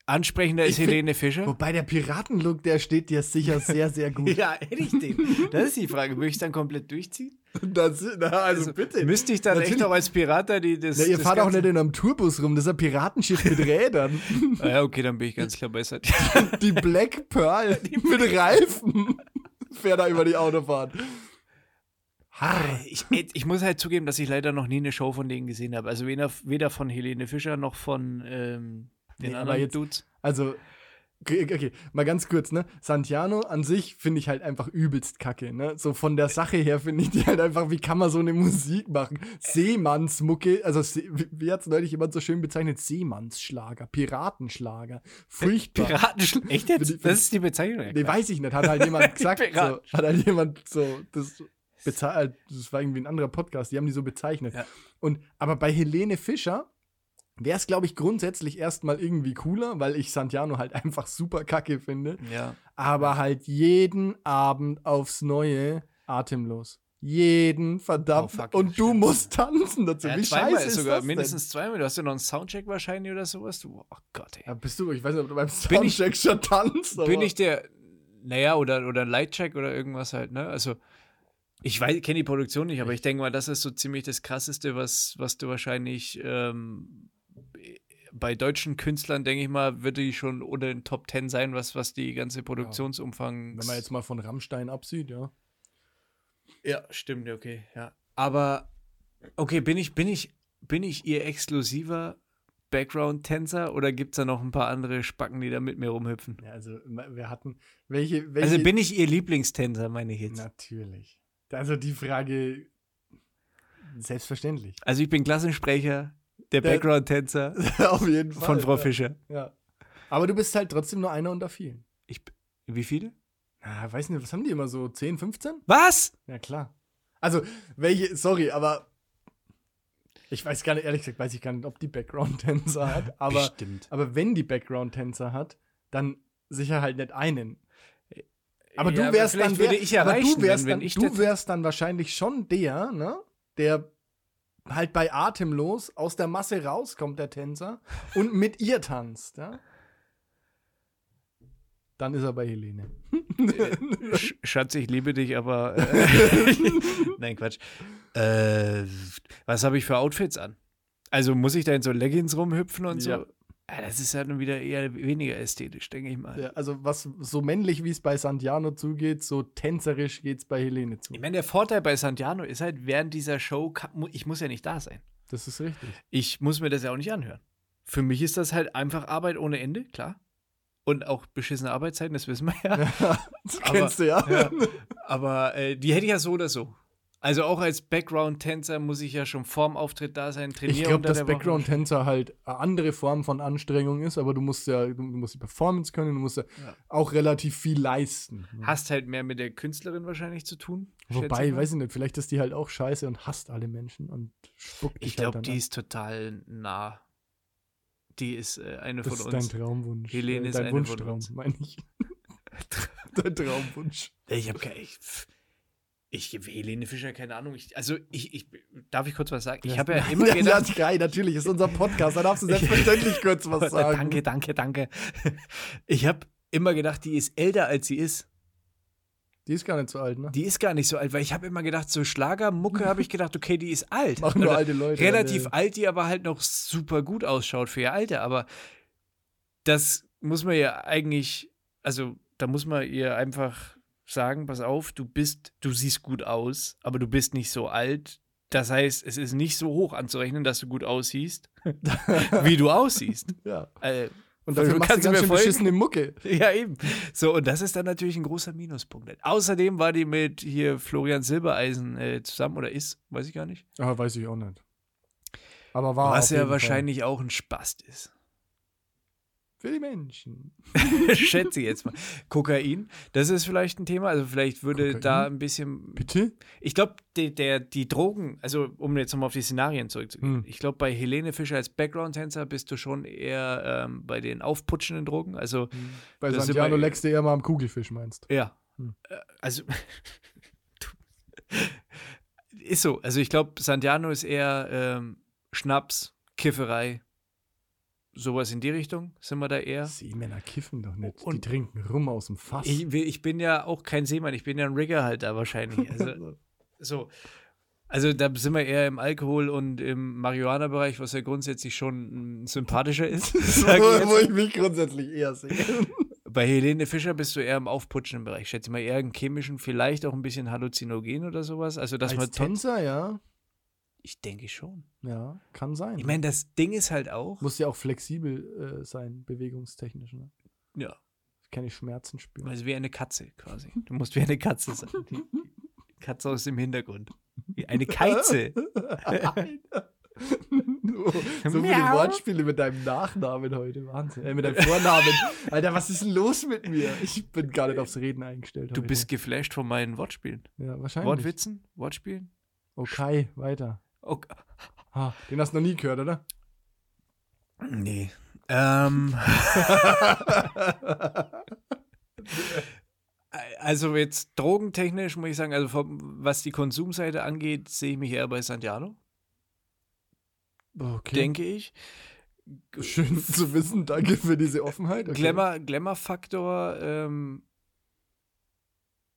Speaker 2: ansprechender ist
Speaker 1: Ich find-
Speaker 2: Helene Fischer.
Speaker 1: Wobei der Piratenlook, der steht dir sicher sehr, sehr gut.
Speaker 2: Ja, hätte ich den. Das ist die Frage. Würde ich es dann komplett durchziehen?
Speaker 1: Das, na, also, bitte.
Speaker 2: Müsste ich dann echt
Speaker 1: Natürlich.
Speaker 2: noch als Pirat da die das.
Speaker 1: Na, ihr
Speaker 2: das
Speaker 1: fahrt auch
Speaker 2: Ganze-
Speaker 1: nicht in einem Tourbus rum, das ist ein Piratenschiff mit Rädern.
Speaker 2: Ah, ja, okay, dann bin ich ganz klar besser.
Speaker 1: Die Black Pearl mit Reifen fährt da über die Autobahn. Harr.
Speaker 2: Ich, ich muss halt zugeben, dass ich leider noch nie eine Show von denen gesehen habe. Also weder, weder von Helene Fischer noch von ähm, den
Speaker 1: Nee, aber
Speaker 2: anderen
Speaker 1: jetzt-
Speaker 2: Dudes.
Speaker 1: Also, Okay, okay, mal ganz kurz, ne? Santiano an sich finde ich halt einfach übelst kacke, ne? So von der Sache her finde ich die halt einfach, wie kann man so eine Musik machen? Seemannsmucke, also See, wie- wie hat es neulich jemand so schön bezeichnet? Seemannsschlager, Piratenschlager. Furchtbar.
Speaker 2: Piratenschlag. Echt
Speaker 1: Für die-
Speaker 2: jetzt?
Speaker 1: für
Speaker 2: Das ist die Bezeichnung.
Speaker 1: nee, weiß ich nicht, hat halt jemand gesagt, so,
Speaker 2: Piraten-
Speaker 1: hat halt jemand so, das, beza- äh, das war irgendwie ein anderer Podcast, die haben die so bezeichnet.
Speaker 2: Ja.
Speaker 1: Und, aber bei Helene Fischer wäre es, glaube ich, grundsätzlich erstmal irgendwie cooler, weil ich Santiano halt einfach super kacke finde.
Speaker 2: Ja.
Speaker 1: aber halt jeden Abend aufs Neue atemlos. Jeden verdammt.
Speaker 2: Oh, fuck, ja,
Speaker 1: und du
Speaker 2: stimmt.
Speaker 1: musst tanzen dazu.
Speaker 2: ja
Speaker 1: Also Wie
Speaker 2: zweimal
Speaker 1: scheiße ist
Speaker 2: sogar,
Speaker 1: das
Speaker 2: mindestens zweimal. Du hast ja noch einen Soundcheck wahrscheinlich oder sowas. Du, oh Gott,
Speaker 1: denn?
Speaker 2: ey.
Speaker 1: Ja, bist du, ich weiß nicht, ob du beim
Speaker 2: Bin ich-
Speaker 1: Soundcheck schon tanzt.
Speaker 2: Bin
Speaker 1: aber-
Speaker 2: ich der, naja, oder, oder ein Lightcheck oder irgendwas halt, ne? Also, ich weiß, kenne die Produktion nicht, aber ich denke mal, das ist so ziemlich das Krasseste, was, was du wahrscheinlich ähm, bei deutschen Künstlern, denke ich mal, würde die schon unter den Top Ten sein, was, was die ganze Produktionsumfang.
Speaker 1: Wenn man jetzt mal von Rammstein absieht, ja.
Speaker 2: Ja, stimmt, okay, ja. Aber, okay, bin ich, bin ich, bin ich ihr exklusiver Background-Tänzer oder gibt es da noch ein paar andere Spacken, die da mit mir rumhüpfen?
Speaker 1: ja. Also, wir hatten. Welche. welche
Speaker 2: Also bin ich ihr Lieblingstänzer, meine ich jetzt.
Speaker 1: Natürlich. Also, die Frage. Selbstverständlich.
Speaker 2: Also ich bin Klassensprecher, der
Speaker 1: Der-
Speaker 2: Background-Tänzer
Speaker 1: Auf jeden Fall.
Speaker 2: von Frau
Speaker 1: ja.
Speaker 2: Fischer.
Speaker 1: Ja. Aber du bist halt trotzdem nur einer unter vielen.
Speaker 2: Ich, b- wie viele?
Speaker 1: Ah, weiß nicht, was haben die immer so? 10, 15?
Speaker 2: Was?
Speaker 1: Ja, klar. Also, welche, sorry, aber ich weiß gar nicht, ehrlich gesagt, weiß ich gar nicht, ob die Background-Tänzer hat, aber,
Speaker 2: Bestimmt.
Speaker 1: aber wenn die Background-Tänzer hat, dann sicher halt nicht einen. Aber
Speaker 2: Ja,
Speaker 1: du wärst
Speaker 2: vielleicht
Speaker 1: dann,
Speaker 2: würde
Speaker 1: der-
Speaker 2: ich
Speaker 1: aber
Speaker 2: erreichen,
Speaker 1: du wärst,
Speaker 2: wenn- wenn
Speaker 1: dann,
Speaker 2: ich
Speaker 1: du
Speaker 2: das-
Speaker 1: wärst dann wahrscheinlich schon der, ne, der halt bei Atemlos aus der Masse rauskommt, der Tänzer, und mit ihr tanzt, ja? Dann ist er bei Helene.
Speaker 2: Sch Schatz, ich liebe dich, aber äh, nein, Quatsch. Äh, was habe ich für Outfits an? Also muss ich da in so Leggings rumhüpfen und
Speaker 1: Ja.
Speaker 2: so? Ah, das ist ja nun wieder eher weniger ästhetisch, denke ich mal.
Speaker 1: Ja, also was so männlich wie es bei Santiano zugeht, so tänzerisch geht es bei Helene zu.
Speaker 2: Ich meine, der Vorteil bei Santiano ist halt, während dieser Show, ka- mu- ich muss ja nicht da sein.
Speaker 1: Das ist richtig.
Speaker 2: ich muss mir das ja auch nicht anhören. Für mich ist das halt einfach Arbeit ohne Ende, klar. Und auch beschissene Arbeitszeiten, das wissen wir ja.
Speaker 1: das kennst du ja.
Speaker 2: ja. Aber äh, die hätte ich ja so oder so. Also auch als Background-Tänzer muss ich ja schon vorm Auftritt da sein, trainieren.
Speaker 1: Ich glaube,
Speaker 2: unter
Speaker 1: dass
Speaker 2: der Woche.
Speaker 1: Background-Tänzer halt eine andere Form von Anstrengung ist, aber du musst ja, du musst die Performance können, du musst ja,
Speaker 2: Ja.
Speaker 1: auch relativ viel leisten.
Speaker 2: Hast halt mehr mit der Künstlerin wahrscheinlich zu tun. schätze
Speaker 1: Wobei,
Speaker 2: mal.
Speaker 1: weiß ich nicht, vielleicht ist die halt auch scheiße und hasst alle Menschen und spuckt dich
Speaker 2: ich glaube,
Speaker 1: halt
Speaker 2: die ist total nah. Die ist äh, eine
Speaker 1: Das
Speaker 2: von
Speaker 1: ist
Speaker 2: uns.
Speaker 1: dein Traumwunsch.
Speaker 2: Helene
Speaker 1: Äh,
Speaker 2: ist
Speaker 1: dein
Speaker 2: eine von
Speaker 1: Wunschtraum,
Speaker 2: uns.
Speaker 1: meine ich. dein Traumwunsch.
Speaker 2: Ich habe keine. Ich, pff, ich gebe Helene Fischer keine Ahnung. Ich, also, ich, ich. Darf ich kurz was sagen? Ich habe ja immer
Speaker 1: Ja,
Speaker 2: gedacht,
Speaker 1: Ja, geil, natürlich, ist unser Podcast, da darfst du selbstverständlich kurz was sagen.
Speaker 2: Äh, Danke, danke, danke. Ich habe immer gedacht, die ist älter, als sie ist.
Speaker 1: Die ist gar nicht so alt, ne?
Speaker 2: Die ist gar nicht so alt, weil ich habe immer gedacht, so Schlagermucke habe ich gedacht, okay, die ist alt.
Speaker 1: Machen nur
Speaker 2: Oder
Speaker 1: alte Leute.
Speaker 2: Relativ
Speaker 1: ja.
Speaker 2: alt, die aber halt noch super gut ausschaut für ihr Alter. Aber das muss man ja eigentlich, also da muss man ihr einfach sagen, pass auf, du bist, du siehst gut aus, aber du bist nicht so alt. Das heißt, es ist nicht so hoch anzurechnen, dass du gut aussiehst, wie du aussiehst.
Speaker 1: Ja.
Speaker 2: Äh,
Speaker 1: Und dafür machst du
Speaker 2: Kannst du
Speaker 1: ganz
Speaker 2: mir
Speaker 1: schön
Speaker 2: folgen?
Speaker 1: beschissene Mucke.
Speaker 2: Ja, eben. So, und das ist dann natürlich ein großer Minuspunkt. Außerdem war die mit hier Florian Silbereisen äh, zusammen oder ist, weiß ich gar nicht.
Speaker 1: Ah, weiß ich auch nicht. Aber war Ah,
Speaker 2: was
Speaker 1: auf
Speaker 2: ja
Speaker 1: jeden
Speaker 2: wahrscheinlich auch ein Spast ist.
Speaker 1: Fall. Für die Menschen.
Speaker 2: Schätze ich jetzt mal. Kokain, das ist vielleicht ein Thema. Also vielleicht würde
Speaker 1: Kokain?
Speaker 2: da ein bisschen.
Speaker 1: Bitte?
Speaker 2: Ich glaube, der, der, die Drogen, also um jetzt nochmal auf die Szenarien zurückzugehen,
Speaker 1: Hm.
Speaker 2: ich glaube, bei Helene Fischer als Background-Tänzer bist du schon eher ähm, bei den aufputschenden Drogen. Also
Speaker 1: Hm. Bei
Speaker 2: Das sind
Speaker 1: Santiano
Speaker 2: wir-
Speaker 1: leckst du eher mal am Kugelfisch, meinst
Speaker 2: Ja.
Speaker 1: Hm.
Speaker 2: Äh, Also. Du- ist so. Also, ich glaube, Santiano ist eher ähm, Schnaps, Kifferei, sowas in die Richtung. Sind wir da
Speaker 1: du?
Speaker 2: eher?
Speaker 1: Seemänner kiffen doch nicht. die
Speaker 2: Und-
Speaker 1: trinken rum aus dem Fass.
Speaker 2: Ich, will- ich bin ja auch kein Seemann, ich bin ja ein Rigger halt da wahrscheinlich. Also, so. Also, da sind wir eher im Alkohol und im Marihuana-Bereich, was ja grundsätzlich schon mm, sympathischer ist. sag ich jetzt.
Speaker 1: wo ich mich grundsätzlich eher sehe.
Speaker 2: Bei Helene Fischer bist du eher im aufputschenden Bereich. Schätze ich mal eher im chemischen, vielleicht auch ein bisschen halluzinogen oder sowas. Also, dass
Speaker 1: Als
Speaker 2: man trotzdem-
Speaker 1: Tänzer, ja.
Speaker 2: Ich denke schon.
Speaker 1: Ja, kann sein.
Speaker 2: Ich meine, das Ding ist halt auch.
Speaker 1: Muss ja auch flexibel äh, sein, bewegungstechnisch. Ne?
Speaker 2: ja.
Speaker 1: keine Schmerzen spüren.
Speaker 2: Also wie eine Katze quasi. Du musst wie eine Katze sein. Die die Katze aus dem Hintergrund. Wie eine Keize.
Speaker 1: Oh, so viele
Speaker 2: Miau.
Speaker 1: Wortspiele mit deinem Nachnamen heute, Wahnsinn. Äh, mit deinem Vornamen. Alter, was ist denn los mit mir? Ich bin gar nicht aufs Reden eingestellt.
Speaker 2: Du
Speaker 1: heute.
Speaker 2: bist geflasht von meinen Wortspielen.
Speaker 1: Ja, wahrscheinlich.
Speaker 2: Wortwitzen? Wortspielen?
Speaker 1: Okay, weiter.
Speaker 2: Okay.
Speaker 1: Ah, den hast du noch nie gehört, oder?
Speaker 2: Nee. Ähm, also jetzt drogentechnisch muss ich sagen, also vom, was die Konsumseite angeht, sehe ich mich eher bei Santiano,
Speaker 1: Okay.
Speaker 2: denke ich.
Speaker 1: Schön zu wissen, danke für diese Offenheit. Okay.
Speaker 2: Glamour, Glamour-Faktor ähm,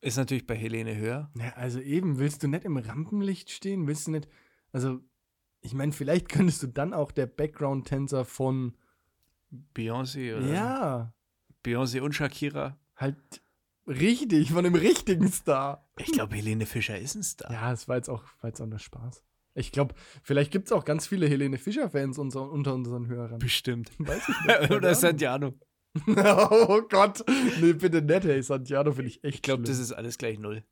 Speaker 2: ist natürlich bei Helene höher.
Speaker 1: Na, also eben, willst du nicht im Rampenlicht stehen? Willst du nicht. Also, ich meine, vielleicht könntest du dann auch der Background-Tänzer von.
Speaker 2: Beyoncé oder
Speaker 1: Ja,
Speaker 2: Beyoncé und Shakira.
Speaker 1: halt richtig, von dem richtigen Star.
Speaker 2: Ich glaube, Helene Fischer ist ein Star.
Speaker 1: Ja, es war jetzt auch, war jetzt auch nur Spaß. Ich glaube, vielleicht gibt es auch ganz viele Helene Fischer-Fans unser, unter unseren Hörern.
Speaker 2: Bestimmt.
Speaker 1: Weiß ich nicht.
Speaker 2: oder
Speaker 1: keine Ahnung.
Speaker 2: Santiano.
Speaker 1: Oh Gott. Nee, bitte nicht, hey, Santiano finde ich echt
Speaker 2: Ich glaube, das
Speaker 1: schlimm.
Speaker 2: ist alles gleich null.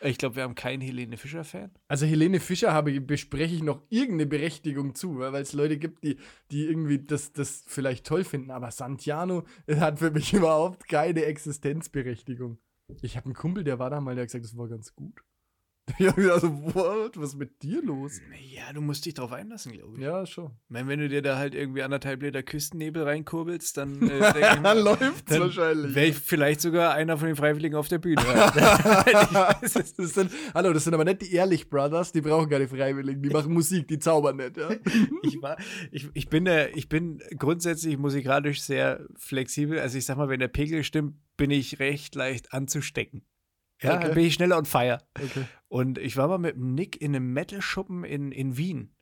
Speaker 2: Ich glaube, wir haben keinen Helene Fischer-Fan.
Speaker 1: Also Helene Fischer habe ich, bespreche ich noch irgendeine Berechtigung zu, weil es Leute gibt, die, die irgendwie das, das vielleicht toll finden, aber Santiano hat für mich überhaupt keine Existenzberechtigung. Ich habe einen Kumpel, der war da mal, der hat gesagt, das war ganz gut. Ich habe gedacht, so, what, was ist mit dir los?
Speaker 2: Ja, du musst dich drauf einlassen, glaube ich.
Speaker 1: Ja, schon.
Speaker 2: Ich meine, wenn du dir da halt irgendwie anderthalb Liter Küstennebel reinkurbelst, dann äh, denk ich
Speaker 1: Dann
Speaker 2: mal,
Speaker 1: läuft's
Speaker 2: dann
Speaker 1: wahrscheinlich.
Speaker 2: wäre ich vielleicht sogar einer von den Freiwilligen auf der Bühne. Ich weiß es.
Speaker 1: das sind, hallo, das sind aber nicht die Ehrlich Brothers, die brauchen keine Freiwilligen, die machen Musik, die zaubern nicht, ja.
Speaker 2: ich, war, ich, ich, bin, äh, ich bin grundsätzlich musikalisch sehr flexibel. Also ich sag mal, wenn der Pegel stimmt, bin ich recht leicht anzustecken. Ja,
Speaker 1: Okay.
Speaker 2: dann bin ich schneller on fire.
Speaker 1: Okay.
Speaker 2: Und ich war mal mit dem Nick in einem Metal-Schuppen in, in Wien.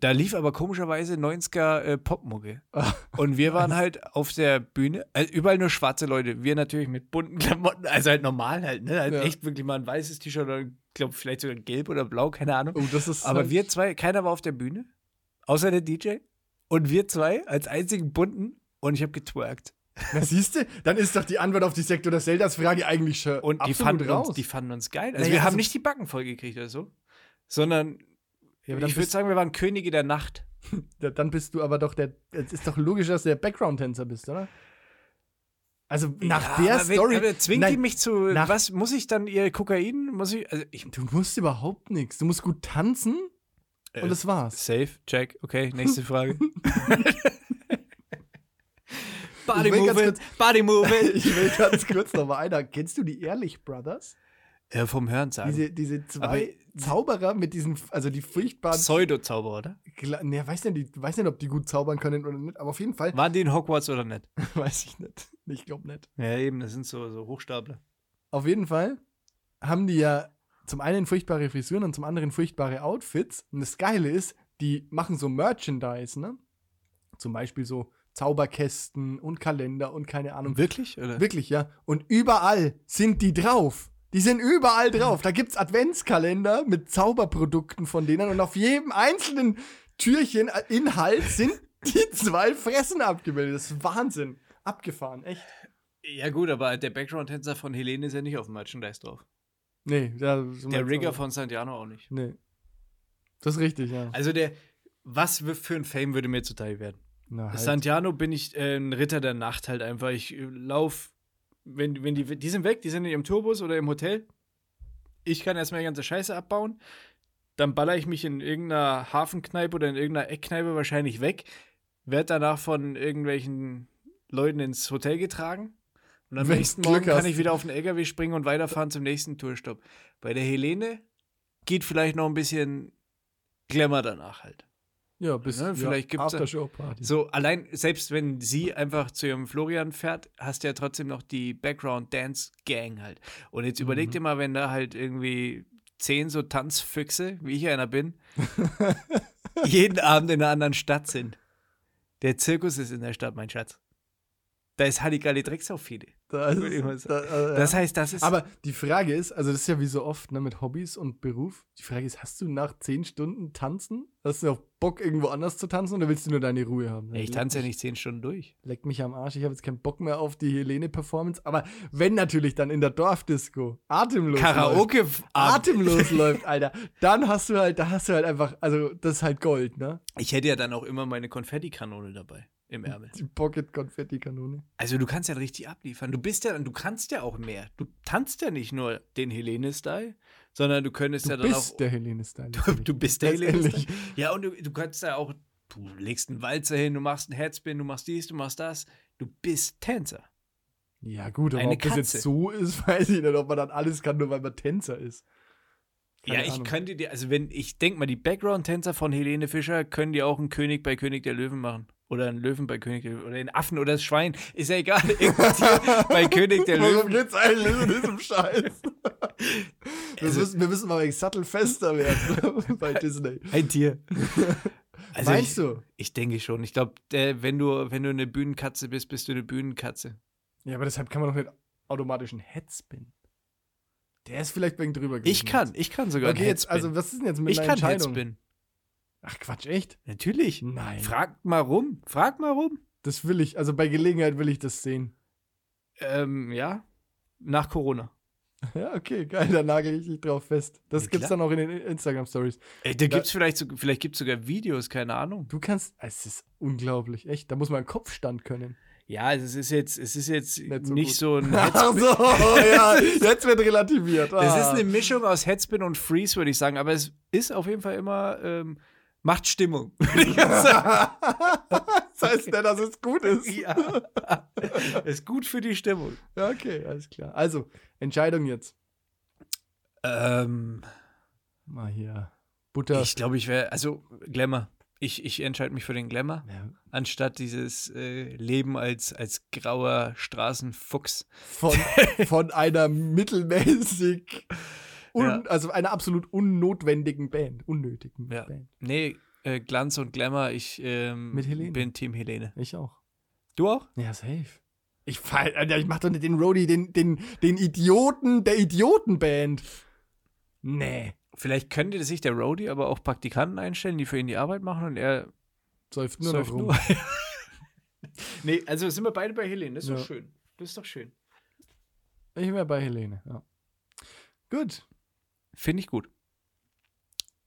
Speaker 2: Da lief aber komischerweise 90er äh, Popmucke.
Speaker 1: Ah.
Speaker 2: Und wir waren halt auf der Bühne, also überall nur schwarze Leute. Wir natürlich mit bunten Klamotten, also halt normal halt, ne? Halt
Speaker 1: Ja.
Speaker 2: Echt wirklich mal ein weißes T-Shirt oder glaube vielleicht sogar gelb oder blau, keine Ahnung.
Speaker 1: Oh, das ist.
Speaker 2: Aber
Speaker 1: halt-
Speaker 2: wir zwei, keiner war auf der Bühne, außer der DJ. Und wir zwei als einzigen bunten und ich habe getwerkt.
Speaker 1: Na, siehst du, dann ist doch die Antwort auf die Sektor der Zeldas-Frage eigentlich schon.
Speaker 2: Und die
Speaker 1: absolut
Speaker 2: fanden, uns,
Speaker 1: raus.
Speaker 2: die fanden uns geil. Also
Speaker 1: Naja,
Speaker 2: wir haben
Speaker 1: also-
Speaker 2: nicht die Backen vollgekriegt oder so, sondern
Speaker 1: ja, aber dann,
Speaker 2: ich würde
Speaker 1: bist,
Speaker 2: sagen, wir waren Könige der Nacht.
Speaker 1: ja, dann bist du aber doch der. Es ist doch logisch, dass du der Background-Tänzer bist, oder? Also nach
Speaker 2: Ja,
Speaker 1: der
Speaker 2: aber wenn-
Speaker 1: Story.
Speaker 2: aber zwingt die
Speaker 1: nein,
Speaker 2: mich zu.
Speaker 1: nach-
Speaker 2: was muss ich dann ihr Kokain? Muss ich. Also ich
Speaker 1: du musst überhaupt nichts. Du musst gut tanzen
Speaker 2: Äh,
Speaker 1: und das war's.
Speaker 2: safe, check. Okay, nächste Frage.
Speaker 1: Ich will ganz
Speaker 2: Body Movement.
Speaker 1: Ich will ganz kurz noch mal einer. Kennst du die Ehrlich Brothers?
Speaker 2: Ja, vom Hören sagen.
Speaker 1: Diese, diese zwei Zauberer mit diesen, also die furchtbaren.
Speaker 2: Pseudo-Zauber, oder?
Speaker 1: Gla ne, weiß nicht, die, weiß nicht, ob die gut zaubern können oder nicht, aber auf jeden Fall.
Speaker 2: Waren die in Hogwarts oder nicht?
Speaker 1: weiß ich nicht. Ich glaube nicht.
Speaker 2: Ja, eben, das sind so, so Hochstapler.
Speaker 1: Auf jeden Fall haben die ja zum einen furchtbare Frisuren und zum anderen furchtbare Outfits. Und das Geile ist, die machen so Merchandise, ne? Zum Beispiel so Zauberkästen und Kalender und keine Ahnung.
Speaker 2: Wirklich? Oder?
Speaker 1: Wirklich, ja. Und überall sind die drauf. Die sind überall drauf. Da gibt's Adventskalender mit Zauberprodukten von denen und auf jedem einzelnen Türchen äh, Inhalt sind die zwei Fressen abgebildet. Das ist Wahnsinn. Abgefahren, echt.
Speaker 2: Ja, gut, aber der Background-Tänzer von Helene ist ja nicht auf dem Merchandise drauf.
Speaker 1: Nee, da sind wir
Speaker 2: Der
Speaker 1: jetzt
Speaker 2: Rigger
Speaker 1: auch-
Speaker 2: von Santiano auch nicht.
Speaker 1: Nee. Das ist richtig, ja.
Speaker 2: Also, der. Was für ein Fame würde mir zuteil werden?
Speaker 1: Na, halt.
Speaker 2: Santiano bin ich äh, ein Ritter der Nacht halt einfach. Ich äh, lauf, wenn, wenn die, die sind weg, die sind in ihrem Tourbus oder im Hotel. Ich kann erstmal die ganze Scheiße abbauen. Dann baller ich mich in irgendeiner Hafenkneipe oder in irgendeiner Eckkneipe wahrscheinlich weg. Werd danach von irgendwelchen Leuten ins Hotel getragen. Und am
Speaker 1: Wenn's
Speaker 2: nächsten
Speaker 1: Glück
Speaker 2: Morgen kann
Speaker 1: hast.
Speaker 2: ich wieder auf den LKW springen und weiterfahren zum nächsten Tourstopp. Bei der Helene geht vielleicht noch ein bisschen Glamour danach halt.
Speaker 1: ja, bis
Speaker 2: ne,
Speaker 1: ja,
Speaker 2: vielleicht gibt's ja-
Speaker 1: Aftershow-Party.
Speaker 2: So, allein, selbst wenn sie einfach zu ihrem Florian fährt, hast du ja trotzdem noch die Background-Dance-Gang halt. Und jetzt
Speaker 1: Mhm.
Speaker 2: überleg dir mal, wenn da halt irgendwie zehn so Tanzfüchse, wie ich einer bin, jeden Abend in einer anderen Stadt sind. Der Zirkus ist in der Stadt, mein Schatz. Da ist Halligalli Drecksaufede.
Speaker 1: Da ist,
Speaker 2: Würde ich mal
Speaker 1: da,
Speaker 2: sagen.
Speaker 1: äh, ja.
Speaker 2: Das heißt, das ist.
Speaker 1: aber die Frage ist, also das ist ja wie so oft ne, mit Hobbys und Beruf. Die Frage ist, hast du nach zehn Stunden tanzen, hast du auch Bock irgendwo anders zu tanzen oder willst du nur deine Ruhe haben?
Speaker 2: Nee, ich tanze ja nicht zehn Stunden durch.
Speaker 1: Leck mich am Arsch, ich habe jetzt keinen Bock mehr auf die Helene-Performance. Aber wenn natürlich dann in der Dorfdisco atemlos läuft,
Speaker 2: Karaoke.
Speaker 1: atemlos läuft, Alter, dann hast du halt, da hast du halt einfach, also das ist halt Gold, ne?
Speaker 2: Ich hätte ja dann auch immer meine Konfettikanone dabei im Ärmel.
Speaker 1: Die Pocket-Konfetti-Kanone.
Speaker 2: Also du kannst ja richtig abliefern. Du bist ja, du kannst ja auch mehr. Du tanzt ja nicht nur den Helene-Style, sondern du könntest
Speaker 1: Du
Speaker 2: ja dann auch.
Speaker 1: bist der Helene-Style.
Speaker 2: du bist der Helene-Style.
Speaker 1: Letztendlich.
Speaker 2: Ja, und du, du kannst ja auch. Du legst einen Walzer hin, du machst einen Headspin, du machst dies, du machst das. Du bist Tänzer.
Speaker 1: Ja, gut, aber
Speaker 2: Eine
Speaker 1: ob das
Speaker 2: Katze.
Speaker 1: jetzt so ist, weiß ich nicht, ob man dann alles kann, nur weil man Tänzer ist. Keine
Speaker 2: ja, ich
Speaker 1: Ahnung.
Speaker 2: könnte dir, also wenn, ich denke mal, die Background-Tänzer von Helene Fischer können dir auch einen König bei König der Löwen machen. Oder einen Löwen bei König der Löwen. Oder einen Affen oder das Schwein. Ist ja egal. Irgendwas hier bei König der
Speaker 1: Worum
Speaker 2: Löwen.
Speaker 1: geht's eigentlich in diesem Scheiß? Wir,
Speaker 2: Also-
Speaker 1: müssen, wir müssen mal wegen sattelfester werden bei Disney.
Speaker 2: Ein Tier. Also
Speaker 1: Meinst
Speaker 2: ich,
Speaker 1: du?
Speaker 2: Ich denke schon. Ich glaube, wenn du, wenn du eine Bühnenkatze bist, bist du eine Bühnenkatze.
Speaker 1: Ja, aber deshalb kann man doch nicht automatisch einen Headspin. Der ist vielleicht wegen drüber
Speaker 2: Ich kann, ich kann sogar
Speaker 1: Okay,
Speaker 2: einen
Speaker 1: jetzt,
Speaker 2: Headspin.
Speaker 1: also was ist denn jetzt mit
Speaker 2: ich
Speaker 1: einer
Speaker 2: kann
Speaker 1: Entscheidung?
Speaker 2: Headspin.
Speaker 1: Ach Quatsch, echt?
Speaker 2: Natürlich.
Speaker 1: Nein.
Speaker 2: Fragt mal rum. Fragt mal rum.
Speaker 1: das will ich, also bei Gelegenheit will ich das sehen.
Speaker 2: Ähm, ja. Nach Corona.
Speaker 1: Ja, okay, geil, da nagel ich dich drauf fest. Das
Speaker 2: Ja,
Speaker 1: gibt's
Speaker 2: klar.
Speaker 1: dann auch in den Instagram-Stories.
Speaker 2: Ey, da
Speaker 1: Da-
Speaker 2: gibt's vielleicht, so- vielleicht gibt's sogar Videos, keine Ahnung.
Speaker 1: Du kannst, Ah, es ist unglaublich, echt. Da muss man einen Kopfstand können.
Speaker 2: Ja, also es ist jetzt, es ist jetzt
Speaker 1: Nicht
Speaker 2: nicht
Speaker 1: so
Speaker 2: so,
Speaker 1: gut.
Speaker 2: ein
Speaker 1: Ach
Speaker 2: Headspin.
Speaker 1: so, ja, jetzt wird relativiert.
Speaker 2: Das ist
Speaker 1: Ah.
Speaker 2: eine Mischung aus Headspin und Freeze, würde ich sagen, aber es ist auf jeden Fall immer, ähm, macht Stimmung. würde ich sagen.
Speaker 1: das heißt nicht, dass es gut ist.
Speaker 2: ja. Ist gut für die Stimmung.
Speaker 1: Ja, okay, alles klar. Also, Entscheidung jetzt.
Speaker 2: Ähm,
Speaker 1: Mal hier. Butter.
Speaker 2: Ich glaube, ich wäre, also Glamour. Ich, ich entscheide mich für den Glamour,
Speaker 1: Ja,
Speaker 2: anstatt dieses äh, Leben als, als grauer Straßenfuchs.
Speaker 1: von, von einer mittelmäßig, un,
Speaker 2: Ja.
Speaker 1: also einer absolut unnotwendigen Band. Unnötigen
Speaker 2: Ja.
Speaker 1: Band.
Speaker 2: Nee, äh, Glanz und Glamour, ich ähm,
Speaker 1: Mit Helene.
Speaker 2: bin Team Helene.
Speaker 1: Ich auch.
Speaker 2: Du auch?
Speaker 1: Ja, safe. Ich, fall, Alter, ich mach doch nicht den Roadie, den, den, den Idioten der Idiotenband. Nee.
Speaker 2: Vielleicht könnte sich der Roadie aber auch Praktikanten einstellen, die für ihn die Arbeit machen und er
Speaker 1: Säuft nur
Speaker 2: säuft
Speaker 1: noch rum.
Speaker 2: nur. nee, also sind wir beide bei Helene, das ist
Speaker 1: Ja.
Speaker 2: doch schön. Das ist doch schön.
Speaker 1: Ich wäre bei Helene, ja. Gut.
Speaker 2: Finde ich gut.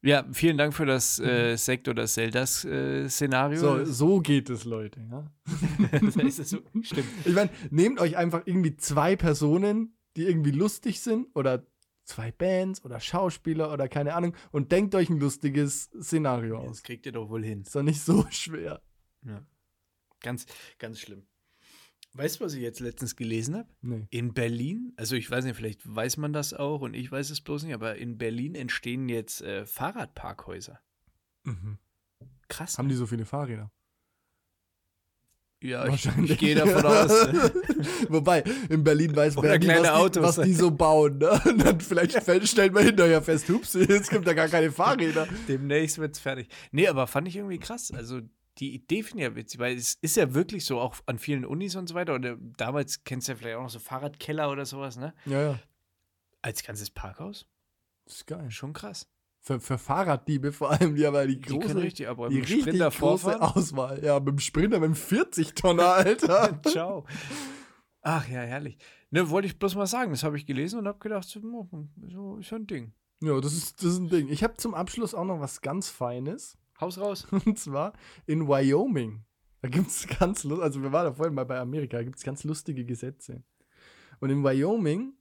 Speaker 2: Ja, vielen Dank für das äh, Sekt- oder äh, Zeldas-Szenario.
Speaker 1: So, so geht es, Leute. Ja?
Speaker 2: Da ist es so. Stimmt.
Speaker 1: Ich meine, nehmt euch einfach irgendwie zwei Personen, die irgendwie lustig sind oder zwei Bands oder Schauspieler oder keine Ahnung und denkt euch ein lustiges Szenario aus.
Speaker 2: Das kriegt ihr doch wohl hin.
Speaker 1: Ist doch nicht so schwer.
Speaker 2: Ganz, ganz schlimm. Weißt du, was ich jetzt letztens gelesen habe?
Speaker 1: Nee.
Speaker 2: In Berlin, also ich weiß nicht, vielleicht weiß man das auch und ich weiß es bloß nicht, aber in Berlin entstehen jetzt äh, Fahrradparkhäuser.
Speaker 1: Mhm.
Speaker 2: Krass.
Speaker 1: Haben die so viele Fahrräder?
Speaker 2: ja, ich, ich gehe davon aus. ne?
Speaker 1: Wobei, in Berlin weiß man
Speaker 2: Oder
Speaker 1: ja nie,
Speaker 2: kleine
Speaker 1: was, die,
Speaker 2: Autos.
Speaker 1: was die so bauen. Ne? Und dann vielleicht fällt- stellt man hinterher fest, hups, es gibt ja gar keine Fahrräder.
Speaker 2: Demnächst wird's fertig. Nee, aber fand ich irgendwie krass. Also die Idee finde ich ja witzig, weil es ist ja wirklich so, auch an vielen Unis und so weiter. Oder damals kennst du ja vielleicht auch noch so Fahrradkeller oder sowas, ne?
Speaker 1: Ja, ja.
Speaker 2: Als ganzes Parkhaus?
Speaker 1: Das ist geil.
Speaker 2: Schon krass.
Speaker 1: Für, für Fahrraddiebe vor allem, die haben ja die
Speaker 2: Die können
Speaker 1: große,
Speaker 2: richtig abräumen.
Speaker 1: die
Speaker 2: Mit dem
Speaker 1: richtig
Speaker 2: Sprinter
Speaker 1: große
Speaker 2: vorfahren.
Speaker 1: Auswahl. Ja, mit dem Sprinter, mit dem 40-Tonner, Alter.
Speaker 2: Ciao. Ach ja, herrlich. Ne, wollte ich bloß mal sagen, das habe ich gelesen und habe gedacht, so, oh, so ist ja ein Ding.
Speaker 1: ja, das ist, das ist ein Ding. Ich habe zum Abschluss auch noch was ganz Feines.
Speaker 2: Haus raus.
Speaker 1: Und zwar in Wyoming. Da gibt es ganz lustige, also wir waren da vorhin mal bei Amerika, da gibt es ganz lustige Gesetze. Und in Wyoming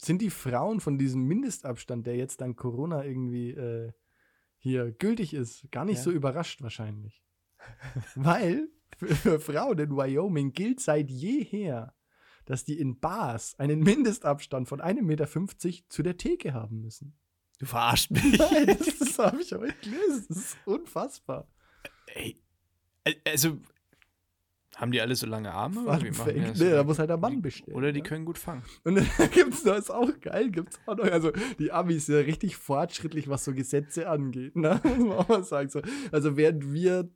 Speaker 1: sind die Frauen von diesem Mindestabstand, der jetzt dank Corona irgendwie äh, hier gültig ist, gar nicht
Speaker 2: Ja.
Speaker 1: so überrascht wahrscheinlich. Weil für, für Frauen in Wyoming gilt seit jeher, dass die in Bars einen Mindestabstand von 1,50 Meter zu der Theke haben müssen.
Speaker 2: Du verarscht mich.
Speaker 1: Nein, das, das habe ich heute gelesen. Das ist unfassbar.
Speaker 2: Ey, al- also, haben die alle so lange Arme? oder wie machen die
Speaker 1: Funfact.
Speaker 2: das?
Speaker 1: Nee, da muss halt der Mann
Speaker 2: Die-
Speaker 1: bestellen.
Speaker 2: Oder die
Speaker 1: ja.
Speaker 2: können gut fangen.
Speaker 1: Und dann gibt's, das ist auch geil, gibt's auch noch. Also die Amis sind ja richtig fortschrittlich, was so Gesetze angeht, ne? Muss man auch mal sagen. So, also während wir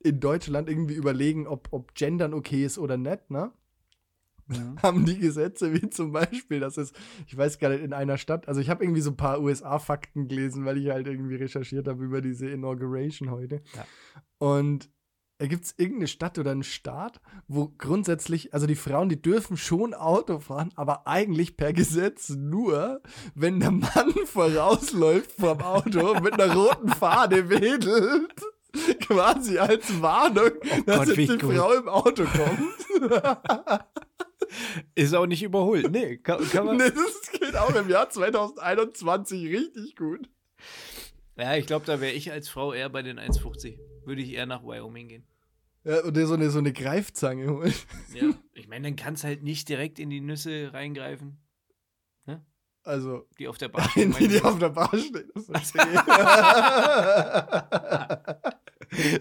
Speaker 1: in Deutschland irgendwie überlegen, ob, ob Gendern okay ist oder nicht, ne?
Speaker 2: Ja.
Speaker 1: haben die Gesetze, wie zum Beispiel, dass es, ich weiß gar nicht, in einer Stadt, also ich habe irgendwie so ein paar USA-Fakten gelesen, weil ich halt irgendwie recherchiert habe über diese Inauguration heute.
Speaker 2: Ja.
Speaker 1: Und da gibt es irgendeine Stadt oder einen Staat, wo grundsätzlich, also die Frauen, die dürfen schon Auto fahren, aber eigentlich per Gesetz nur, wenn der Mann vorausläuft vom Auto und mit einer roten Fahne wedelt. Quasi als Warnung, dass
Speaker 2: Oh Gott, wie
Speaker 1: jetzt die
Speaker 2: gut.
Speaker 1: Frau im Auto kommt.
Speaker 2: Ist auch nicht überholt. Nee, kann, kann man.
Speaker 1: Nee, das geht auch im Jahr 2021 richtig gut.
Speaker 2: Ja, ich glaube, da wäre ich als Frau eher bei den 1,50. Würde ich eher nach Wyoming gehen.
Speaker 1: Ja, und dir so eine, so eine Greifzange holen.
Speaker 2: Ja. Ich meine, dann kannst halt nicht direkt in die Nüsse reingreifen,
Speaker 1: Also,
Speaker 2: die auf der Bar stehen.
Speaker 1: wenn die, die
Speaker 2: meinst
Speaker 1: auf der Bar stehen. Das verstehe ich.
Speaker 2: du?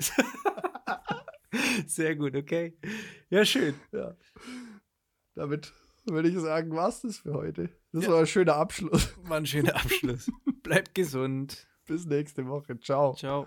Speaker 2: Sehr gut, okay. Ja, schön.
Speaker 1: ja. Damit würde ich sagen, war's das für heute. Das
Speaker 2: Ja.
Speaker 1: war ein schöner Abschluss.
Speaker 2: War ein schöner Abschluss. Bleibt gesund.
Speaker 1: Bis nächste Woche. Ciao.
Speaker 2: Ciao.